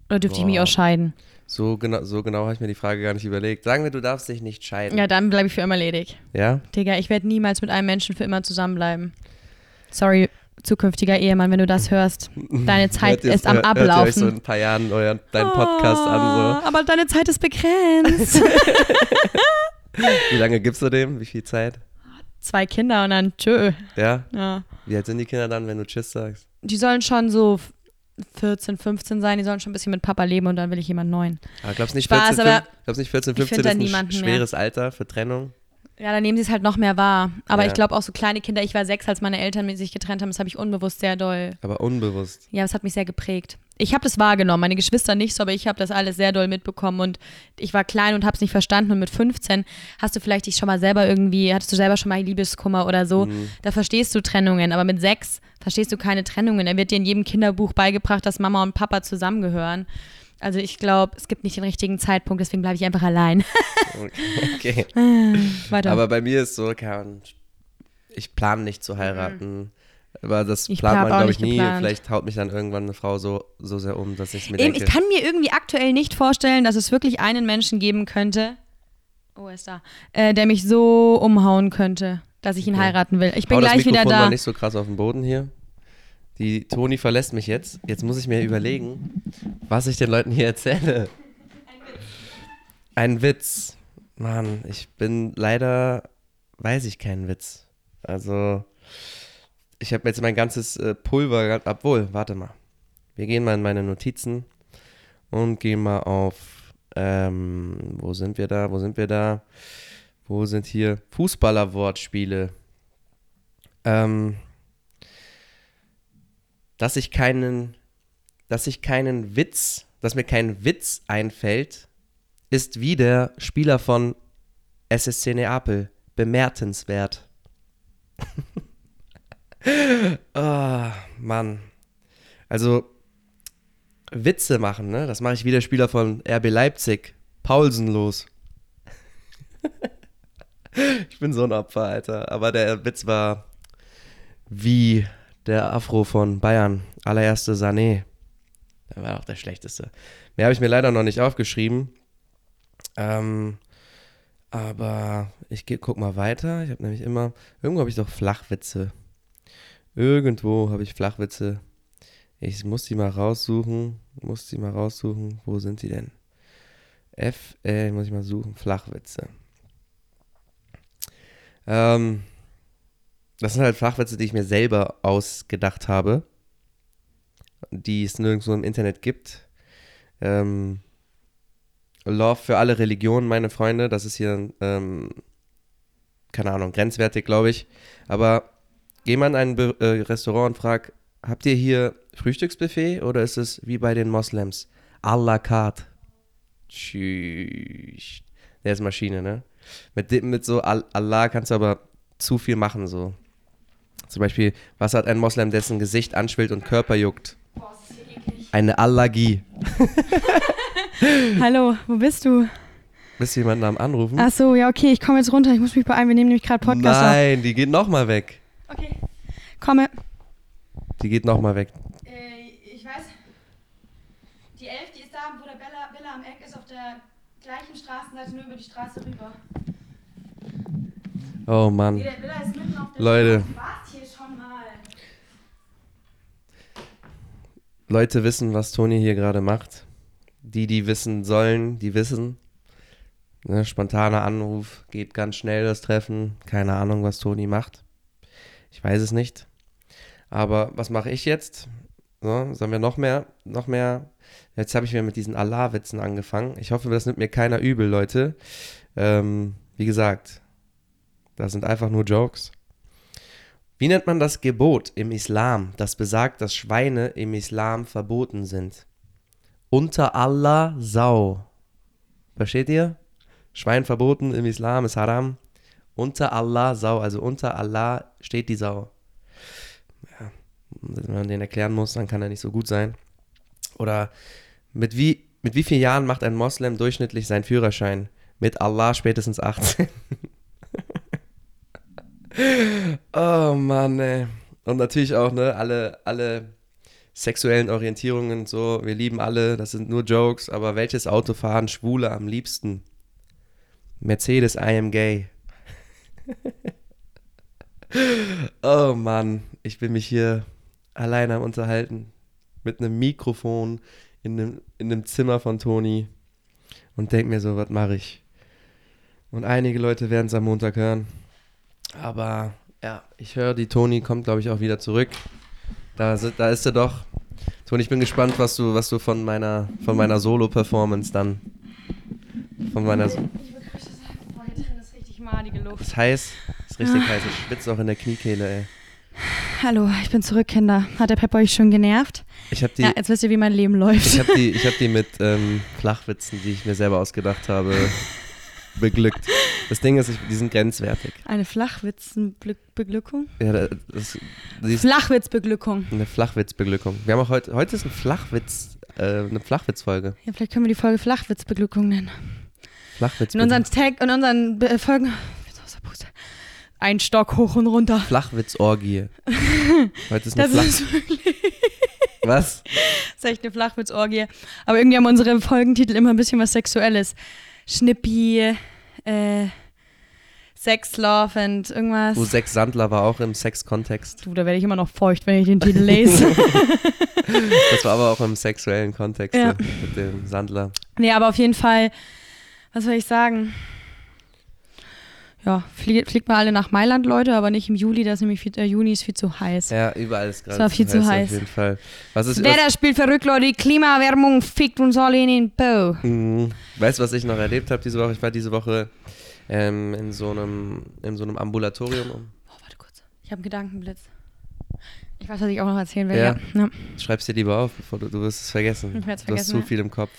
S3: Oder dürfte ich mich
S1: Boah.
S3: auch scheiden?
S1: So genau, so genau habe ich mir die Frage gar nicht überlegt. Sagen wir, du darfst dich nicht scheiden.
S3: Ja, dann bleibe ich für immer ledig.
S1: ja?
S3: Digga, ich werde niemals mit einem Menschen für immer zusammenbleiben. Sorry, zukünftiger Ehemann, wenn du das hörst. Deine Zeit
S1: Hört ihr-
S3: ist Halt am
S1: hört- Hört ihr euch so in
S3: Ablaufen. Ah.
S1: ein paar Jahren euren, deinen Podcast an.
S3: Oh, Aber deine Zeit ist begrenzt.
S1: So. Wie lange gibst du dem? Wie viel Zeit?
S3: Zwei Kinder und dann tschö.
S1: Ja?
S3: Ja.
S1: Wie alt sind die Kinder dann, wenn du Tschüss sagst?
S3: Die sollen schon so 14, 15 sein. Die sollen schon ein bisschen mit Papa leben und dann will ich jemanden neuen.
S1: Aber Ah, glaubst du nicht,
S3: Spaß,
S1: 14,
S3: aber
S1: 15, glaubst du nicht 14,
S3: ich find
S1: 15 ist
S3: da
S1: ein
S3: niemanden
S1: sch-
S3: mehr.
S1: schweres Alter für Trennung?
S3: Ja, dann nehmen sie es halt noch mehr wahr. Aber
S1: Ja.
S3: ich glaube auch so kleine Kinder, ich war sechs, als meine Eltern sich getrennt haben, das habe ich unbewusst sehr doll.
S1: Aber unbewusst.
S3: Ja, das hat mich sehr geprägt. Ich habe das wahrgenommen, meine Geschwister nicht so, aber ich habe das alles sehr doll mitbekommen und ich war klein und habe es nicht verstanden und mit 15 hast du vielleicht dich schon mal selber irgendwie, hattest du selber schon mal Liebeskummer oder so,
S1: Mhm.
S3: da verstehst du Trennungen, aber mit sechs verstehst du keine Trennungen. Da wird dir in jedem Kinderbuch beigebracht, dass Mama und Papa zusammengehören. Also ich glaube, es gibt nicht den richtigen Zeitpunkt, deswegen bleibe ich einfach allein.
S1: Okay.
S3: Weiter.
S1: Aber bei mir ist so, keine Ahnung, ich plane nicht zu heiraten. Aber das
S3: Mhm. Ich
S1: plant
S3: hab
S1: man,
S3: auch
S1: glaube ich,
S3: nicht
S1: nie.
S3: geplant.
S1: Vielleicht haut mich dann irgendwann eine Frau so, so sehr um, dass ich mir
S3: Eben,
S1: denke.
S3: ich kann mir irgendwie aktuell nicht vorstellen, dass es wirklich einen Menschen geben könnte. Oh, er ist da. Äh, der mich so umhauen könnte, dass ich ihn heiraten will. Ich bin
S1: Hau das
S3: gleich wieder
S1: Mikrofon
S3: da.
S1: mal nicht so krass auf den Boden hier. Die Toni verlässt mich jetzt. Jetzt muss ich mir überlegen, was ich den Leuten hier erzähle. Ein Witz. Mann, ich bin leider, weiß ich keinen Witz. Also, ich habe jetzt mein ganzes äh, Pulver, ge- obwohl, warte mal. Wir gehen mal in meine Notizen und gehen mal auf, ähm, wo sind wir da, wo sind wir da, wo sind hier Fußballer-Wortspiele. Ähm, dass ich keinen, dass ich keinen Witz, dass mir kein Witz einfällt, ist wie der Spieler von SSC Neapel bemerkenswert. Ah, Mann. Also Witze machen, ne? Das mache ich wie der Spieler von RB Leipzig, Paulsen los. ich bin so ein Opfer, Alter, aber der Witz war wie der Afro von Bayern, allererste Sané. Der war auch der schlechteste. Mehr habe ich mir leider noch nicht aufgeschrieben. Ähm, aber ich geh, guck mal weiter. Ich habe nämlich immer. Irgendwo habe ich doch Flachwitze. Irgendwo habe ich Flachwitze. Ich muss die mal raussuchen. Muss die mal raussuchen. Wo sind die denn? F, äh, muss ich mal suchen. Flachwitze. Ähm, das sind halt Flachwitze, die ich mir selber ausgedacht habe. Die es nirgendwo im Internet gibt. Ähm, Love für alle Religionen, meine Freunde. Das ist hier, ähm, keine Ahnung, grenzwertig, glaube ich. Aber geh mal in ein Be äh, Restaurant und frag, habt ihr hier Frühstücksbuffet oder ist es wie bei den Moslems? A la carte. Tschüss. Der ist Maschine, ne? Mit, dem- mit so Al Allah kannst du aber zu viel machen, so. Zum Beispiel, was hat ein Moslem, dessen Gesicht anschwillt und Körper juckt? Eine Allergie.
S3: Hallo, wo bist du?
S1: Hm? Willst du jemanden am Anrufen?
S3: Ach so, ja, okay, ich komme jetzt runter. Ich muss mich beeilen. Wir nehmen nämlich gerade Podcast
S1: Nein, die geht nochmal weg.
S3: auf. Okay. Komme.
S1: Die geht nochmal weg.
S3: Äh, ich weiß. Die Elf, die ist da, wo der Bella, Bella am Eck ist, auf der gleichen Straßenseite, nur über die Straße rüber.
S1: Oh Mann.
S3: der Bella ist mitten auf
S1: der Leute. Straße.
S3: Du warst hier schon mal.
S1: Leute wissen, was Toni hier gerade macht. Die, die wissen sollen, die wissen. Ne, spontaner Anruf, geht ganz schnell das Treffen. Keine Ahnung, was Toni macht. Ich weiß es nicht. Aber was mache ich jetzt? So, sollen wir noch mehr, noch mehr? Jetzt habe ich wieder mit diesen Allah-Witzen angefangen. Ich hoffe, das nimmt mir keiner übel, Leute. Ähm, wie gesagt, das sind einfach nur Jokes. Wie nennt man das Gebot im Islam, das besagt, dass Schweine im Islam verboten sind? Unter Allah Sau. Versteht ihr? Schwein verboten im Islam ist haram. Unter Allah Sau, also unter Allah steht die Sau. Ja, wenn man den erklären muss, dann kann er nicht so gut sein. Oder mit wie, mit wie vielen Jahren macht ein Moslem durchschnittlich seinen Führerschein? Mit Allah spätestens 18. Oh Mann, ey. Und natürlich auch, ne, alle, alle sexuellen Orientierungen und so, wir lieben alle, das sind nur Jokes, aber welches Auto fahren Schwule am liebsten? Mercedes, I am gay. oh Mann, ich will mich hier alleine am Unterhalten. Mit einem Mikrofon in einem, in einem Zimmer von Toni und denk mir so, was mache ich? Und einige Leute werden es am Montag hören. Aber ja, ich höre, die Toni kommt, glaube ich, auch wieder zurück. Da, si- da ist sie doch. Toni, ich bin gespannt, was du, was du von meiner, von meiner Solo-Performance dann. Von meiner. So
S3: Ich bekomme das Boah, hier drin ist richtig madige Luft.
S1: ist heiß. Ist richtig
S3: Ah.
S1: heiß. Ich schwitze auch in der Kniekehle, ey.
S3: Hallo, ich bin zurück, Kinder. Hat der Pep euch schon genervt?
S1: Ich habe die,
S3: ja, jetzt wisst ihr, wie mein Leben läuft.
S1: ich hab die, ich hab die mit ähm, Flachwitzen, die ich mir selber ausgedacht habe, beglückt. Das Ding ist, ich, die sind grenzwertig.
S3: Eine Flachwitzbeglückung?
S1: Ja, da- das, die ist
S3: Flachwitzbeglückung.
S1: eine Flachwitzbeglückung. Wir haben auch heute, heute ist ein Flachwitz, äh, eine Flachwitzfolge.
S3: Ja, vielleicht können wir die Folge Flachwitzbeglückung nennen.
S1: Flachwitz.
S3: In unseren Tag, in unseren Be äh, Folgen. Jetzt außer Puste. Ein Stock hoch und runter.
S1: Flachwitzorgie. Heute ist eine
S3: Das
S1: Flach.
S3: ist wirklich
S1: Was?
S3: das ist echt eine Flachwitzorgie. Aber irgendwie haben unsere Folgentitel immer ein bisschen was Sexuelles. Schnippi, äh, Sex, Love und irgendwas.
S1: U6 Sandler war auch im Sex-Kontext.
S3: du, da werde ich immer noch feucht, wenn ich den Titel lese.
S1: Das war aber auch im sexuellen Kontext
S3: Ja.
S1: ne, mit dem Sandler.
S3: nee, aber auf jeden Fall, was soll ich sagen? Ja, fliegt, fliegt mal alle nach Mailand, Leute, aber nicht im Juli, da ist nämlich viel, der Juni ist viel zu heiß.
S1: Ja, überall ist gerade.
S3: Es war viel zu heiß.
S1: Auf jeden Fall. Was ist. Was,
S3: Wetter spielt verrückt, Leute. Die Klimaerwärmung fickt uns alle in den Po.
S1: Mhm. weißt du, was ich noch erlebt habe diese Woche? Ich war diese Woche ähm, in, so einem, in so einem Ambulatorium.
S3: Oh, warte kurz. Ich habe einen Gedankenblitz. Ich weiß, was ich auch noch erzählen will.
S1: Ja.
S3: Ja. Ja.
S1: Schreib's dir lieber auf, bevor du, du wirst es vergessen.
S3: Ich werd's
S1: du hast
S3: vergessen,
S1: zu
S3: ja.
S1: viel im Kopf.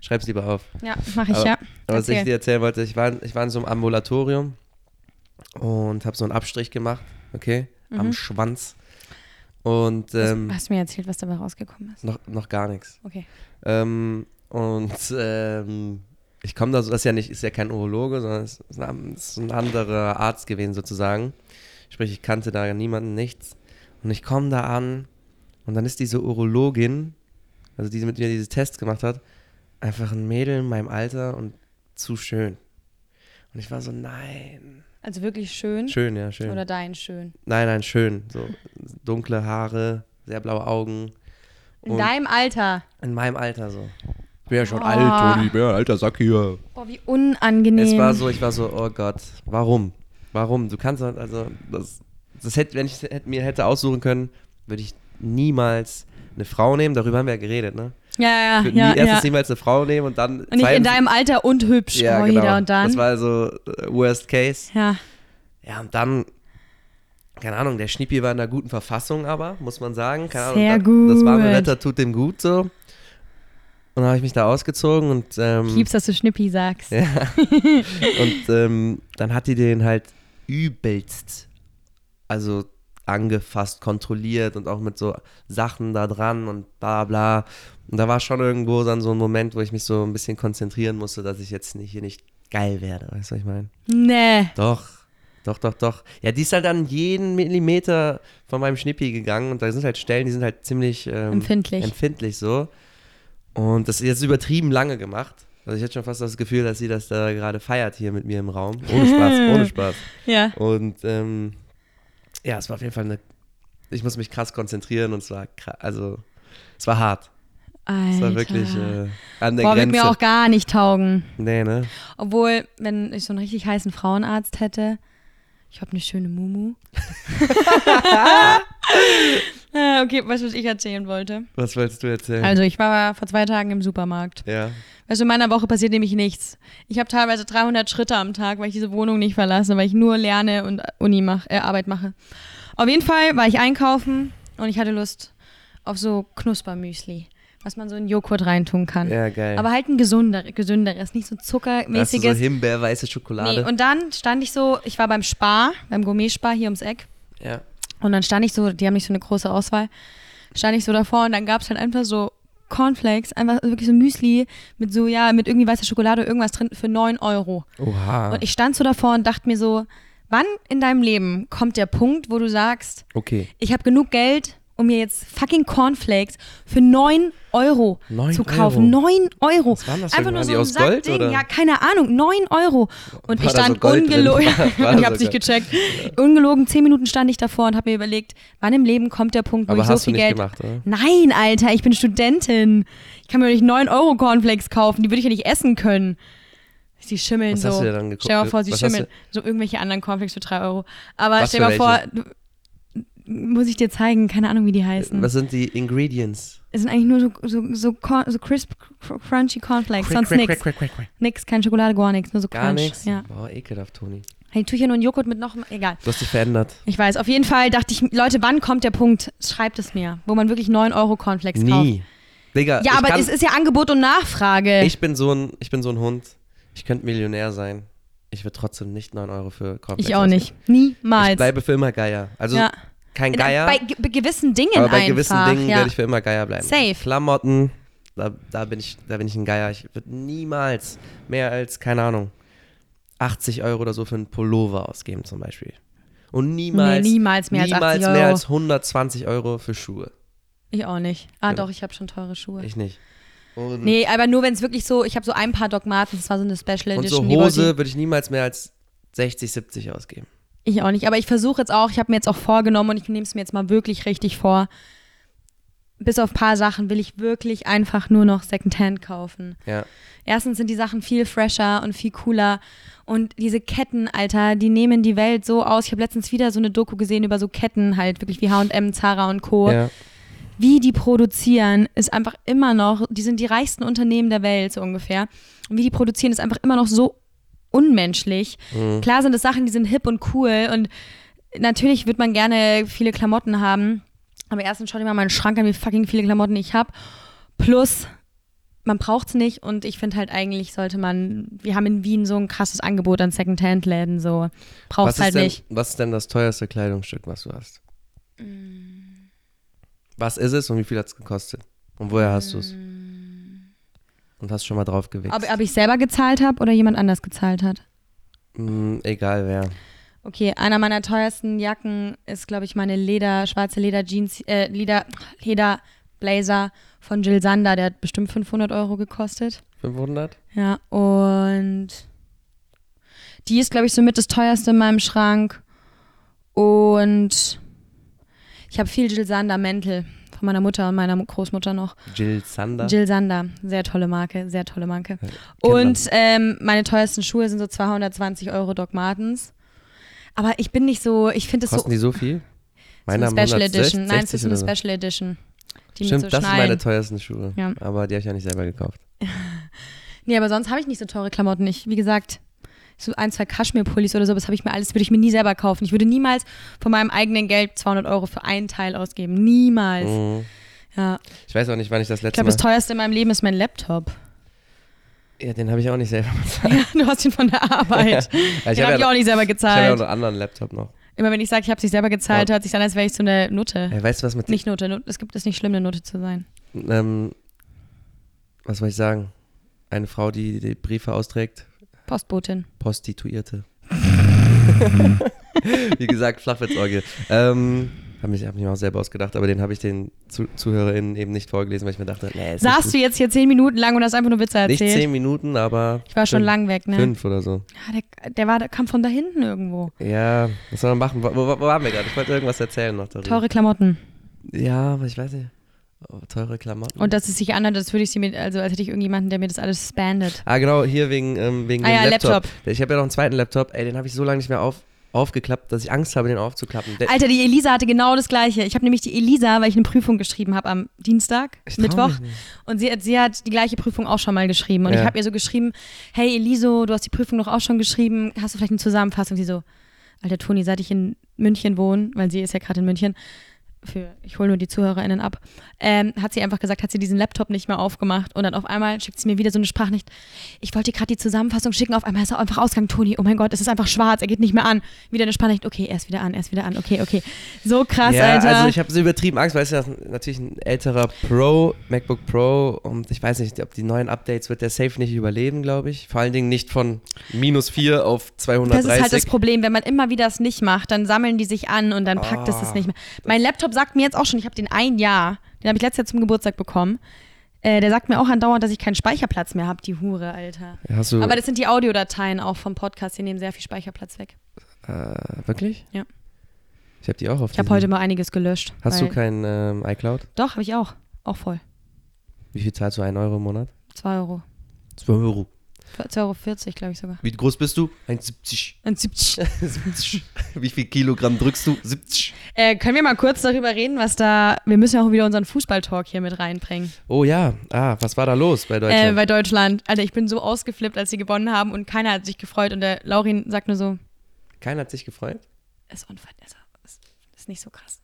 S1: Schreib's lieber auf.
S3: Ja, mache ich,
S1: Aber-
S3: ja.
S1: Aber was ich
S3: Erzähl.
S1: dir erzählen wollte, ich war, ich war in so einem Ambulatorium und habe so einen Abstrich gemacht, okay, am Schwanz. Und ähm,
S3: Hast du mir erzählt, was dabei rausgekommen ist?
S1: noch, noch gar nichts.
S3: Okay.
S1: Ähm, und ähm, ich komme da so, das ist ja nicht, ist ja kein Urologe, sondern es ist ein, ist ein anderer Arzt gewesen sozusagen. Sprich, ich kannte da niemanden, nichts. Und ich komme da an und dann ist diese Urologin, also die mit mir diese Tests gemacht hat, einfach ein Mädel in meinem Alter und zu schön. Und ich war so, nein.
S3: Also wirklich schön,
S1: Schön, ja, schön.
S3: oder dein schön.
S1: nein, nein, schön. So dunkle Haare, sehr blaue Augen.
S3: In
S1: Und-
S3: deinem Alter.
S1: In meinem Alter so. Ich bin ja schon
S3: Oh.
S1: alt, Toni, ich bin ja ein alter Sack hier.
S3: Boah, wie unangenehm.
S1: Es war so, ich war so, oh Gott, warum? Warum? Du kannst halt, also, das, das hätte, wenn ich hätte, mir hätte aussuchen können, würde ich niemals eine Frau nehmen, darüber haben wir ja geredet, ne?
S3: Ja, ja,
S1: Ich würde
S3: ja.
S1: nie, erstens
S3: ja.
S1: niemals eine Frau nehmen und dann.
S3: Und nicht in deinem Alter und hübsch.
S1: ja,
S3: oh,
S1: genau.
S3: jeder und dann.
S1: Das war also äh, Worst Case.
S3: ja.
S1: Ja, und dann, keine Ahnung, der Schnippi war in einer guten Verfassung, aber, muss man sagen. Keine
S3: Sehr
S1: Ahnung, Das, das warme
S3: gut.
S1: Wetter tut dem gut so. Und dann habe ich mich da ausgezogen und. Ähm,
S3: Ich lieb's, dass du Schnippi sagst.
S1: Ja. Und ähm, dann hat die den halt übelst, also angefasst, kontrolliert und auch mit so Sachen da dran und bla bla. Und da war schon irgendwo dann so ein Moment, wo ich mich so ein bisschen konzentrieren musste, dass ich jetzt nicht, hier nicht geil werde. Weißt du, was ich meine?
S3: Nee.
S1: Doch, doch, doch, doch. Ja, die ist halt an jeden Millimeter von meinem Schnippi gegangen und da sind halt Stellen, die sind halt ziemlich ähm,
S3: Empfindlich.
S1: empfindlich so. Und das ist jetzt übertrieben lange gemacht. Also ich hatte schon fast das Gefühl, dass sie das da gerade feiert hier mit mir im Raum. Ohne Spaß, ohne Spaß.
S3: Ja.
S1: Und ähm, ja, es war auf jeden Fall eine. Ich muss mich krass konzentrieren und es war kra- also es war hart.
S3: Alter.
S1: Es war wirklich äh, an der
S3: Boah, wird
S1: Grenze.
S3: mir auch gar nicht taugen.
S1: nee, ne?
S3: Obwohl, wenn ich so einen richtig heißen Frauenarzt hätte, ich habe eine schöne Mumu. Äh, okay, weißt du, was ich erzählen wollte?
S1: Was wolltest du erzählen?
S3: Also, ich war vor zwei Tagen im Supermarkt.
S1: ja.
S3: Weißt du, Also in meiner Woche passiert nämlich nichts. Ich habe teilweise 300 Schritte am Tag, weil ich diese Wohnung nicht verlasse, weil ich nur lerne und Uni mach, äh, Arbeit mache. Auf jeden Fall war ich einkaufen und ich hatte Lust auf so Knuspermüsli, was man so in Joghurt reintun kann.
S1: Ja, geil.
S3: Aber halt ein gesunder, gesünderes, nicht so
S1: Hast du so
S3: zuckermäßiges.
S1: Himbeer, weiße Schokolade.
S3: Nee, und dann stand ich so, ich war beim Spar, beim Gourmet-Spar hier ums Eck.
S1: ja.
S3: Und dann stand ich so, die haben nicht so eine große Auswahl, stand ich so davor und dann gab es halt einfach so Cornflakes, einfach wirklich so Müsli mit so, ja, mit irgendwie weißer Schokolade, irgendwas drin für 9 Euro.
S1: Oha.
S3: Und ich stand so davor und dachte mir so, wann in deinem Leben kommt der Punkt, wo du sagst,
S1: Okay.
S3: ich habe genug Geld, um mir jetzt fucking Cornflakes für 9 Euro
S1: Neun
S3: zu kaufen.
S1: Euro?
S3: 9 Euro.
S1: Was waren das für-
S3: Einfach nur
S1: waren
S3: so
S1: die
S3: ein
S1: aus Gold,
S3: Sackding.
S1: oder?
S3: Ja, keine Ahnung. 9 Euro. Und
S1: War
S3: ich
S1: da so
S3: stand
S1: Gold drin?
S3: ungelogen.
S1: War da
S3: ich
S1: sogar?
S3: hab's nicht gecheckt. Ungelogen, 10 Minuten stand ich davor und habe mir überlegt, wann im Leben kommt der Punkt, wo
S1: Aber
S3: ich
S1: hast
S3: so viel
S1: du nicht
S3: Geld.
S1: gemacht, oder?
S3: Nein, Alter, ich bin Studentin. Ich kann mir doch nicht 9 Euro Cornflakes kaufen. Die würde ich ja nicht essen können. Sie schimmeln
S1: Was
S3: so.
S1: hast du dir dann geguckt?
S3: Stell dir mal vor, sie
S1: Was hast
S3: schimmeln. So irgendwelche anderen Cornflakes für 3 Euro. Aber
S1: Was
S3: stell dir mal
S1: für
S3: vor, du- muss ich dir zeigen, keine Ahnung, wie die heißen.
S1: Was sind die Ingredients?
S3: Es sind eigentlich nur so, so, so, Corn, so crisp, cr- crunchy Cornflakes, sonst
S1: Quick,
S3: nix.
S1: quick, quick, quick, quick, quick.
S3: Nix, keine Schokolade, gar nichts, nur so
S1: Gar
S3: Crunch.
S1: nichts?
S3: Ja.
S1: Boah, ekelhaft, Toni.
S3: Hey, tue ich ja nur einen Joghurt mit noch, egal.
S1: Du hast dich verändert.
S3: Ich weiß, auf jeden Fall dachte ich, Leute, wann kommt der Punkt, schreibt es mir, wo man wirklich 9 Euro Cornflakes kauft.
S1: Nie. Digga,
S3: Ja,
S1: Äh, ich,
S3: aber
S1: kann,
S3: es ist ja Angebot und Nachfrage. Ich,
S1: ich, bin so ein, ich bin so ein Hund. Ich könnte Millionär sein. Ich würde trotzdem nicht 9 Euro für Cornflakes
S3: auch
S1: ausgeben.
S3: nicht.
S1: Ich
S3: Niemals.
S1: bleibe für immer Geier. Also
S3: Ja.
S1: kein
S3: In-
S1: Geier,
S3: Bei ge- bei gewissen Dingen
S1: aber bei
S3: einfach.
S1: gewissen Dingen
S3: ja.
S1: werde ich für immer Geier bleiben.
S3: Safe.
S1: Klamotten, da, da, bin ich, da bin ich ein Geier. Ich würde niemals mehr als, keine Ahnung, 80 Euro oder so für einen Pullover ausgeben zum Beispiel. Und niemals,
S3: Nee, niemals mehr als 80
S1: niemals mehr
S3: Euro.
S1: als 120 Euro für Schuhe.
S3: ich auch nicht. Ah,
S1: Genau.
S3: doch, ich habe schon teure Schuhe.
S1: Ich nicht. Und,
S3: nee, aber nur wenn es wirklich so, ich habe so ein paar Doc Martens, das war so eine Special Edition.
S1: und so
S3: die wollte ich-
S1: Hose würde ich niemals mehr als 60, 70 ausgeben.
S3: Ich auch nicht, aber ich versuche jetzt auch, ich habe mir jetzt auch vorgenommen und ich nehme es mir jetzt mal wirklich richtig vor. Bis auf ein paar Sachen will ich wirklich einfach nur noch Secondhand kaufen.
S1: Ja.
S3: Erstens sind die Sachen viel fresher und viel cooler. Und diese Ketten, Alter, die nehmen die Welt so aus. Ich habe letztens wieder so eine Doku gesehen über so Ketten halt, wirklich wie HM, Zara und Co.
S1: ja.
S3: Wie die produzieren, ist einfach immer noch, die sind die reichsten Unternehmen der Welt, so ungefähr. Und wie die produzieren, ist einfach immer noch so unmenschlich.
S1: Mhm.
S3: Klar sind es Sachen, die sind hip und cool und natürlich wird man gerne viele Klamotten haben. Aber erstens schau dir mal meinen Schrank an, wie fucking viele Klamotten ich habe. Plus, man braucht es nicht und ich finde halt eigentlich sollte man, wir haben in Wien so ein krasses Angebot an Secondhand-Läden, so
S1: Was,
S3: brauchst halt
S1: ist denn,
S3: nicht.
S1: was ist denn das teuerste Kleidungsstück, was du hast?
S3: Mm.
S1: Was ist es und wie viel hat es gekostet? Und woher hast du es?
S3: Mm.
S1: Und hast schon mal drauf gewickst?
S3: Ob, ob ich selber gezahlt habe oder jemand anders gezahlt hat.
S1: Mm, egal wer.
S3: Okay, einer meiner teuersten Jacken ist, glaube ich, meine Leder, schwarze Leder-Jeans, äh, Leder, Leder-Blazer von Jill Sander. Der hat bestimmt 500 Euro gekostet.
S1: 500?
S3: Ja, und die ist, glaube ich, somit das teuerste in meinem Schrank. Und ich habe viel Jill Sander Mäntel von meiner Mutter und meiner Großmutter noch.
S1: Jill Sander? Äh,
S3: Jill Sander, sehr tolle Marke, sehr tolle Marke.
S1: man.
S3: Und ähm, meine teuersten Schuhe sind so 220 Euro Doc Martens. Aber ich bin nicht so, ich finde es so
S1: Kosten die so viel?
S3: eine
S1: haben
S3: Special
S1: 160,
S3: Edition. Nein, es ist
S1: 60
S3: eine
S1: oder so.
S3: Special Edition. Die
S1: Stimmt,
S3: mit so
S1: das sind meine
S3: Schnallen.
S1: teuersten Schuhe.
S3: Ja.
S1: Aber die habe ich ja nicht selber gekauft.
S3: Nee, aber sonst habe ich nicht so teure Klamotten. Ich, wie gesagt, so ein, zwei Kaschmir-Pullis oder so, das habe ich mir alles, würde ich mir nie selber kaufen. Ich würde niemals von meinem eigenen Geld 200 Euro für einen Teil ausgeben. Niemals.
S1: Mhm.
S3: Ja.
S1: Ich weiß auch nicht, wann ich das
S3: Ich
S1: letzte
S3: glaube, das
S1: Mal...
S3: teuerste in meinem Leben ist mein Laptop.
S1: Ja, den habe ich auch nicht selber bezahlt.
S3: Ja, du hast ihn von der Arbeit.
S1: Ja, ich habe
S3: Den habe ich
S1: ja,
S3: auch nicht selber
S1: ich hab ja auch
S3: gezahlt.
S1: einen anderen Laptop noch.
S3: Immer wenn ich sage, ich habe es nicht selber gezahlt,
S1: Ja.
S3: hört sich dann, als wäre ich so eine Nutte.
S1: Ey, weißt du, was mit...
S3: Nicht Note, Not- es gibt es nicht schlimm, eine Note zu sein.
S1: Ähm, was soll ich sagen? Eine Frau, die die Briefe austrägt,
S3: Postbotin.
S1: Prostituierte. Wie gesagt, Flachwitzorgie. Ähm, hab mich, hab mich auch selber ausgedacht, aber den habe ich den Zu ZuhörerInnen eben nicht vorgelesen, weil ich mir dachte, nee, ist
S3: Saßt du
S1: nicht,
S3: jetzt hier zehn Minuten lang und hast einfach nur Witze
S1: gut. nicht
S3: erzählt?
S1: zehn Minuten, aber
S3: ich war schon
S1: fünf,
S3: lang weg, ne?
S1: fünf oder so.
S3: Ah, der, der, war, der kam von da hinten irgendwo.
S1: Ja, was soll man machen? Wo, wo, wo waren wir gerade? Ich wollte irgendwas erzählen noch darüber.
S3: Teure Klamotten.
S1: Ja, aber ich weiß nicht. Oh, teure Klamotten.
S3: Und dass es sich anhört, als würde ich sie mir, also als hätte ich irgendjemanden, der mir das alles spandet.
S1: Ah, genau, hier wegen, ähm, wegen
S3: Ah
S1: dem
S3: ja,
S1: Laptop.
S3: Laptop.
S1: Ich habe ja noch einen zweiten Laptop. Ey, den habe ich so lange nicht mehr auf, aufgeklappt, dass ich Angst habe, den aufzuklappen. Der,
S3: Alter, die Elisa hatte genau das gleiche. Ich habe nämlich die Elisa, weil ich eine Prüfung geschrieben habe am Dienstag,
S1: Ich trau
S3: Mittwoch.
S1: mich nicht.
S3: Und sie hat, sie hat die gleiche Prüfung auch schon mal geschrieben. Und
S1: Ja.
S3: ich habe ihr so geschrieben, hey Eliso, du hast die Prüfung doch auch schon geschrieben. Hast du vielleicht eine Zusammenfassung? Sie so, Alter Toni, seit ich in München wohne, weil sie ist ja gerade in München, für, ich hole nur die ZuhörerInnen ab, ähm, hat sie einfach gesagt, hat sie diesen Laptop nicht mehr aufgemacht und dann auf einmal schickt sie mir wieder so eine Sprachnicht. Ich wollte dir gerade die Zusammenfassung schicken, auf einmal ist er einfach ausgegangen, Toni, oh mein Gott, es ist einfach schwarz, er geht nicht mehr an. Wieder eine Sprachnicht, okay, er ist wieder an, er ist wieder an, okay, okay. So krass,
S1: ja,
S3: Alter.
S1: also ich habe so übertrieben Angst, weißt du, das ist natürlich ein älterer Pro, MacBook Pro und ich weiß nicht, ob die neuen Updates wird der safe nicht überleben, glaube ich. Vor allen Dingen nicht von minus 4 auf 230.
S3: Das ist halt das Problem, wenn man immer wieder es nicht macht, dann sammeln die sich an und dann packt es
S1: Ah,
S3: das nicht mehr. Mein Laptop sagt mir jetzt auch schon, ich habe den ein Jahr, den habe ich letztes Jahr zum Geburtstag bekommen. Äh, der sagt mir auch andauernd, dass ich keinen Speicherplatz mehr habe, die Hure, Alter.
S1: Hast du,
S3: Aber das sind die Audiodateien auch vom Podcast, die nehmen sehr viel Speicherplatz weg.
S1: äh, wirklich?
S3: Ja.
S1: Ich habe die auch auf
S3: Ich habe
S1: diesem-
S3: heute mal einiges gelöscht.
S1: Mhm. Hast du
S3: weil-
S1: kein ähm, iCloud?
S3: Doch, habe ich auch. Auch voll.
S1: Wie viel zahlst du? 1 Euro im Monat?
S3: 2 Euro.
S1: 2 Euro.
S3: 2,40 Euro, glaube ich sogar.
S1: Wie groß bist du? 1,70.
S3: Und siebzig.
S1: 70. Wie viel Kilogramm drückst du? 70.
S3: äh, können wir mal kurz darüber reden, was da. Wir müssen ja auch wieder unseren Fußballtalk hier mit reinbringen.
S1: Oh ja, ah, was war da los bei Deutschland?
S3: äh, bei Deutschland. Alter, ich bin so ausgeflippt, als sie gewonnen haben und keiner hat sich gefreut. Und der Laurin sagt nur so,
S1: Keiner hat sich gefreut.
S3: ist unfair, also, ist, ist nicht so krass.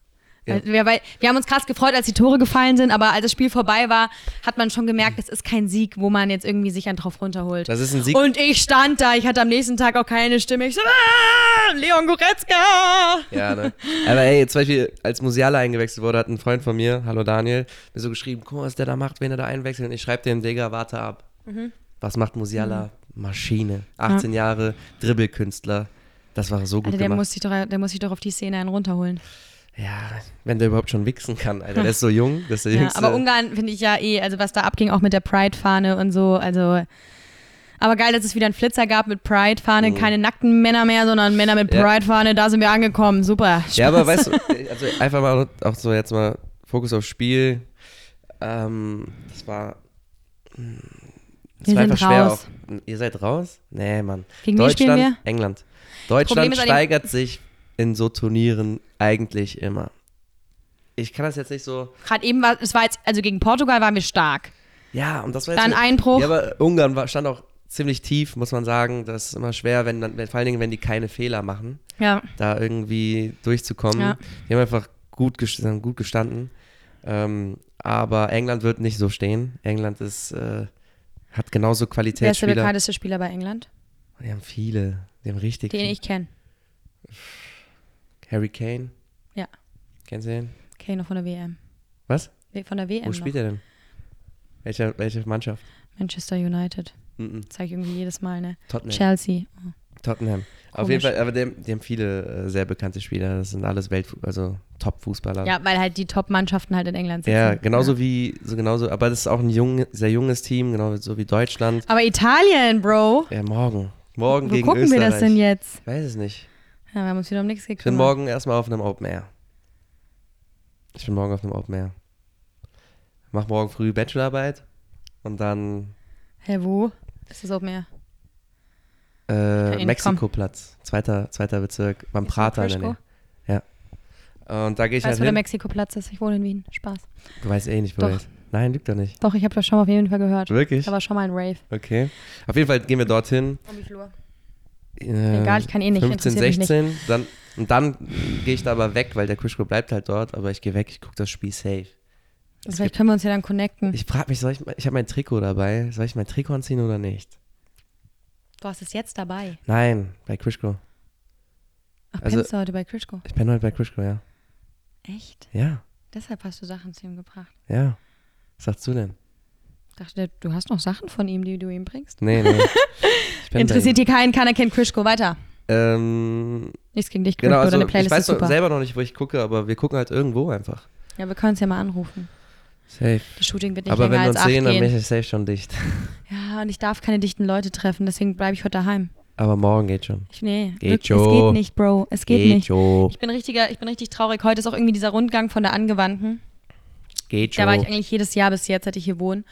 S1: Ja.
S3: Weil wir, weil, wir haben uns krass gefreut, als die Tore gefallen sind, aber als das Spiel vorbei war, hat man schon gemerkt, es ist kein Sieg, wo man jetzt irgendwie sich einen drauf runterholt.
S1: Das ist ein Sieg.
S3: Und ich stand da, ich hatte am nächsten Tag auch keine Stimme. Ich so, ah, Leon Goretzka!
S1: Ja, ne? Aber ey, zum Beispiel, als Musiala eingewechselt wurde, hat ein Freund von mir, hallo Daniel, mir so geschrieben, guck mal, was der da macht, wen er da einwechselt. Und ich schreibe dem, Digga, warte ab.
S3: Mhm.
S1: Was macht Musiala? Maschine. 18 Jahre, Dribbelkünstler. Das war so gut
S3: Alter, Also der
S1: gemacht.
S3: muss, sich doch, der muss sich doch auf die Szene einen runterholen.
S1: ja, wenn der überhaupt schon wichsen kann, Alter. Der ist so jung, das ist der
S3: Ja,
S1: jüngste.
S3: aber Ungarn finde ich ja eh, also was da abging, auch mit der Pride-Fahne und so, also. Aber geil, dass es wieder einen Flitzer gab mit Pride-Fahne, keine nackten Männer mehr, sondern Männer mit
S1: Mhm. Ja.
S3: Pride-Fahne, da sind wir angekommen, super.
S1: Ja, aber weißt du, also einfach mal auch so jetzt mal Fokus aufs Spiel. Ähm, das war. hm, Das war
S3: Wir sind
S1: einfach schwer.
S3: raus.
S1: auch- ihr seid raus? Nee, Mann.
S3: Gegen wen spielen
S1: Deutschland,
S3: wir?
S1: England.
S3: Problem
S1: Deutschland
S3: ist an dem-
S1: steigert sich in so Turnieren eigentlich immer. Ich kann das jetzt nicht so.
S3: Gerade eben war, es war jetzt, also gegen Portugal waren wir stark.
S1: Ja, und das war jetzt.
S3: Dann Einbruch.
S1: Ja, aber Ungarn war, stand auch ziemlich tief, muss man sagen. Das ist immer schwer, wenn, dann- wenn vor allen Dingen, wenn die keine Fehler machen.
S3: Ja.
S1: da irgendwie durchzukommen.
S3: Ja.
S1: Die haben einfach gut, gest haben gut gestanden. Ähm, aber England wird nicht so stehen. England ist, äh, hat genauso
S3: Wer ist der
S1: Qualitätsspieler.
S3: bekannteste Spieler bei England?
S1: Die haben viele. Die haben richtig.
S3: Den
S1: viele.
S3: ich kenne.
S1: Harry Kane.
S3: Ja.
S1: Kennst du den?
S3: Kane noch von der WM.
S1: Was?
S3: We- Von der WM.
S1: Wo spielt er denn? Welche, welche Mannschaft?
S3: noch. Manchester United.
S1: Mhm.
S3: Zeig ich irgendwie jedes Mal, ne?
S1: Tottenham.
S3: Chelsea.
S1: Tottenham. Auf jeden Fall, aber die, haben- die haben viele äh, sehr bekannte Spieler. Das sind alles Welt, also Top-Fußballer.
S3: Ja, weil halt die Top-Mannschaften halt in England sitzen.
S1: Ja, genauso wie, so genauso, aber das ist auch ein jung, sehr junges Team, genauso wie Deutschland.
S3: Aber Italien, Bro.
S1: Ja, morgen. Morgen
S3: Wo
S1: gegen
S3: gucken
S1: Österreich.
S3: wir das denn jetzt?
S1: Ich weiß es nicht.
S3: Ja, wir haben uns wieder um nichts gekümmert.
S1: Ich bin morgen erstmal auf einem Open Air. Ich bin morgen auf einem Open Air. Mach morgen früh Bachelorarbeit und dann
S3: Hä, wo? Ist das auch mehr? eh
S1: äh,
S3: nicht
S1: Mexikoplatz, zweiter, zweiter Bezirk, beim
S3: Ist
S1: Prater in der
S3: Frisco?
S1: Nähe. Ja. Und da gehe ich
S3: Weißt du, wo der
S1: halt hin.
S3: Mexikoplatz ist? Ich wohne in Wien. Spaß.
S1: Du weißt eh nicht, wo
S3: Doch.
S1: der ist. Nein, lügt doch nicht.
S3: Doch, ich habe das schon mal auf jeden Fall gehört.
S1: Wirklich?
S3: Da war schon mal ein Rave.
S1: Okay. Auf jeden Fall gehen wir dorthin.
S3: Um die Flur.
S1: Äh,
S3: Egal, ich kann eh nicht,
S1: 15,
S3: interessiert mich
S1: 16. Dann, und dann gehe ich da aber weg, weil der Quishco bleibt halt dort, aber ich gehe weg, ich gucke das Spiel safe.
S3: Also vielleicht können wir uns ja dann connecten.
S1: Ich frage mich, soll ich, ich habe mein Trikot dabei, soll ich mein Trikot anziehen oder nicht?
S3: du hast es jetzt dabei.
S1: Nein, bei Quishco.
S3: Ach,
S1: Also-
S3: pennst du heute bei Klitschko?
S1: Ich bin heute bei Quishco, ja.
S3: Echt?
S1: Ja,
S3: Deshalb hast du Sachen zu ihm gebracht.
S1: ja. Was sagst du denn?
S3: Ich dachte, du hast noch Sachen von ihm, die du ihm bringst.
S1: Nee, nee. Ich bin
S3: Interessiert hier keinen, keiner kennt Klitschko. Weiter.
S1: bei ihm. Ähm,
S3: Nichts gegen dich, Klitschko.
S1: genau, also
S3: Deine
S1: ich
S3: Playlist
S1: weiß
S3: ist
S1: doch
S3: super.
S1: selber noch nicht, wo ich gucke, aber wir gucken halt irgendwo einfach.
S3: Ja, wir können uns ja mal anrufen.
S1: Safe.
S3: Das Shooting wird nicht
S1: Aber
S3: länger
S1: wenn wir
S3: als
S1: uns
S3: acht
S1: sehen, dann bin
S3: gehen.
S1: ich safe schon dicht.
S3: Ja, und ich darf keine dichten Leute treffen, deswegen bleibe ich heute daheim.
S1: Aber morgen geht schon.
S3: Ich, nee,
S1: Geht
S3: wirklich, es
S1: schon.
S3: geht nicht, Bro. Es geht, nicht.
S1: jo.
S3: Ich bin, richtiger, ich bin richtig traurig. Heute ist auch irgendwie dieser Rundgang von der Angewandten.
S1: Geht
S3: Da war ich
S1: schon.
S3: eigentlich jedes Jahr bis jetzt, seit ich hier wohne.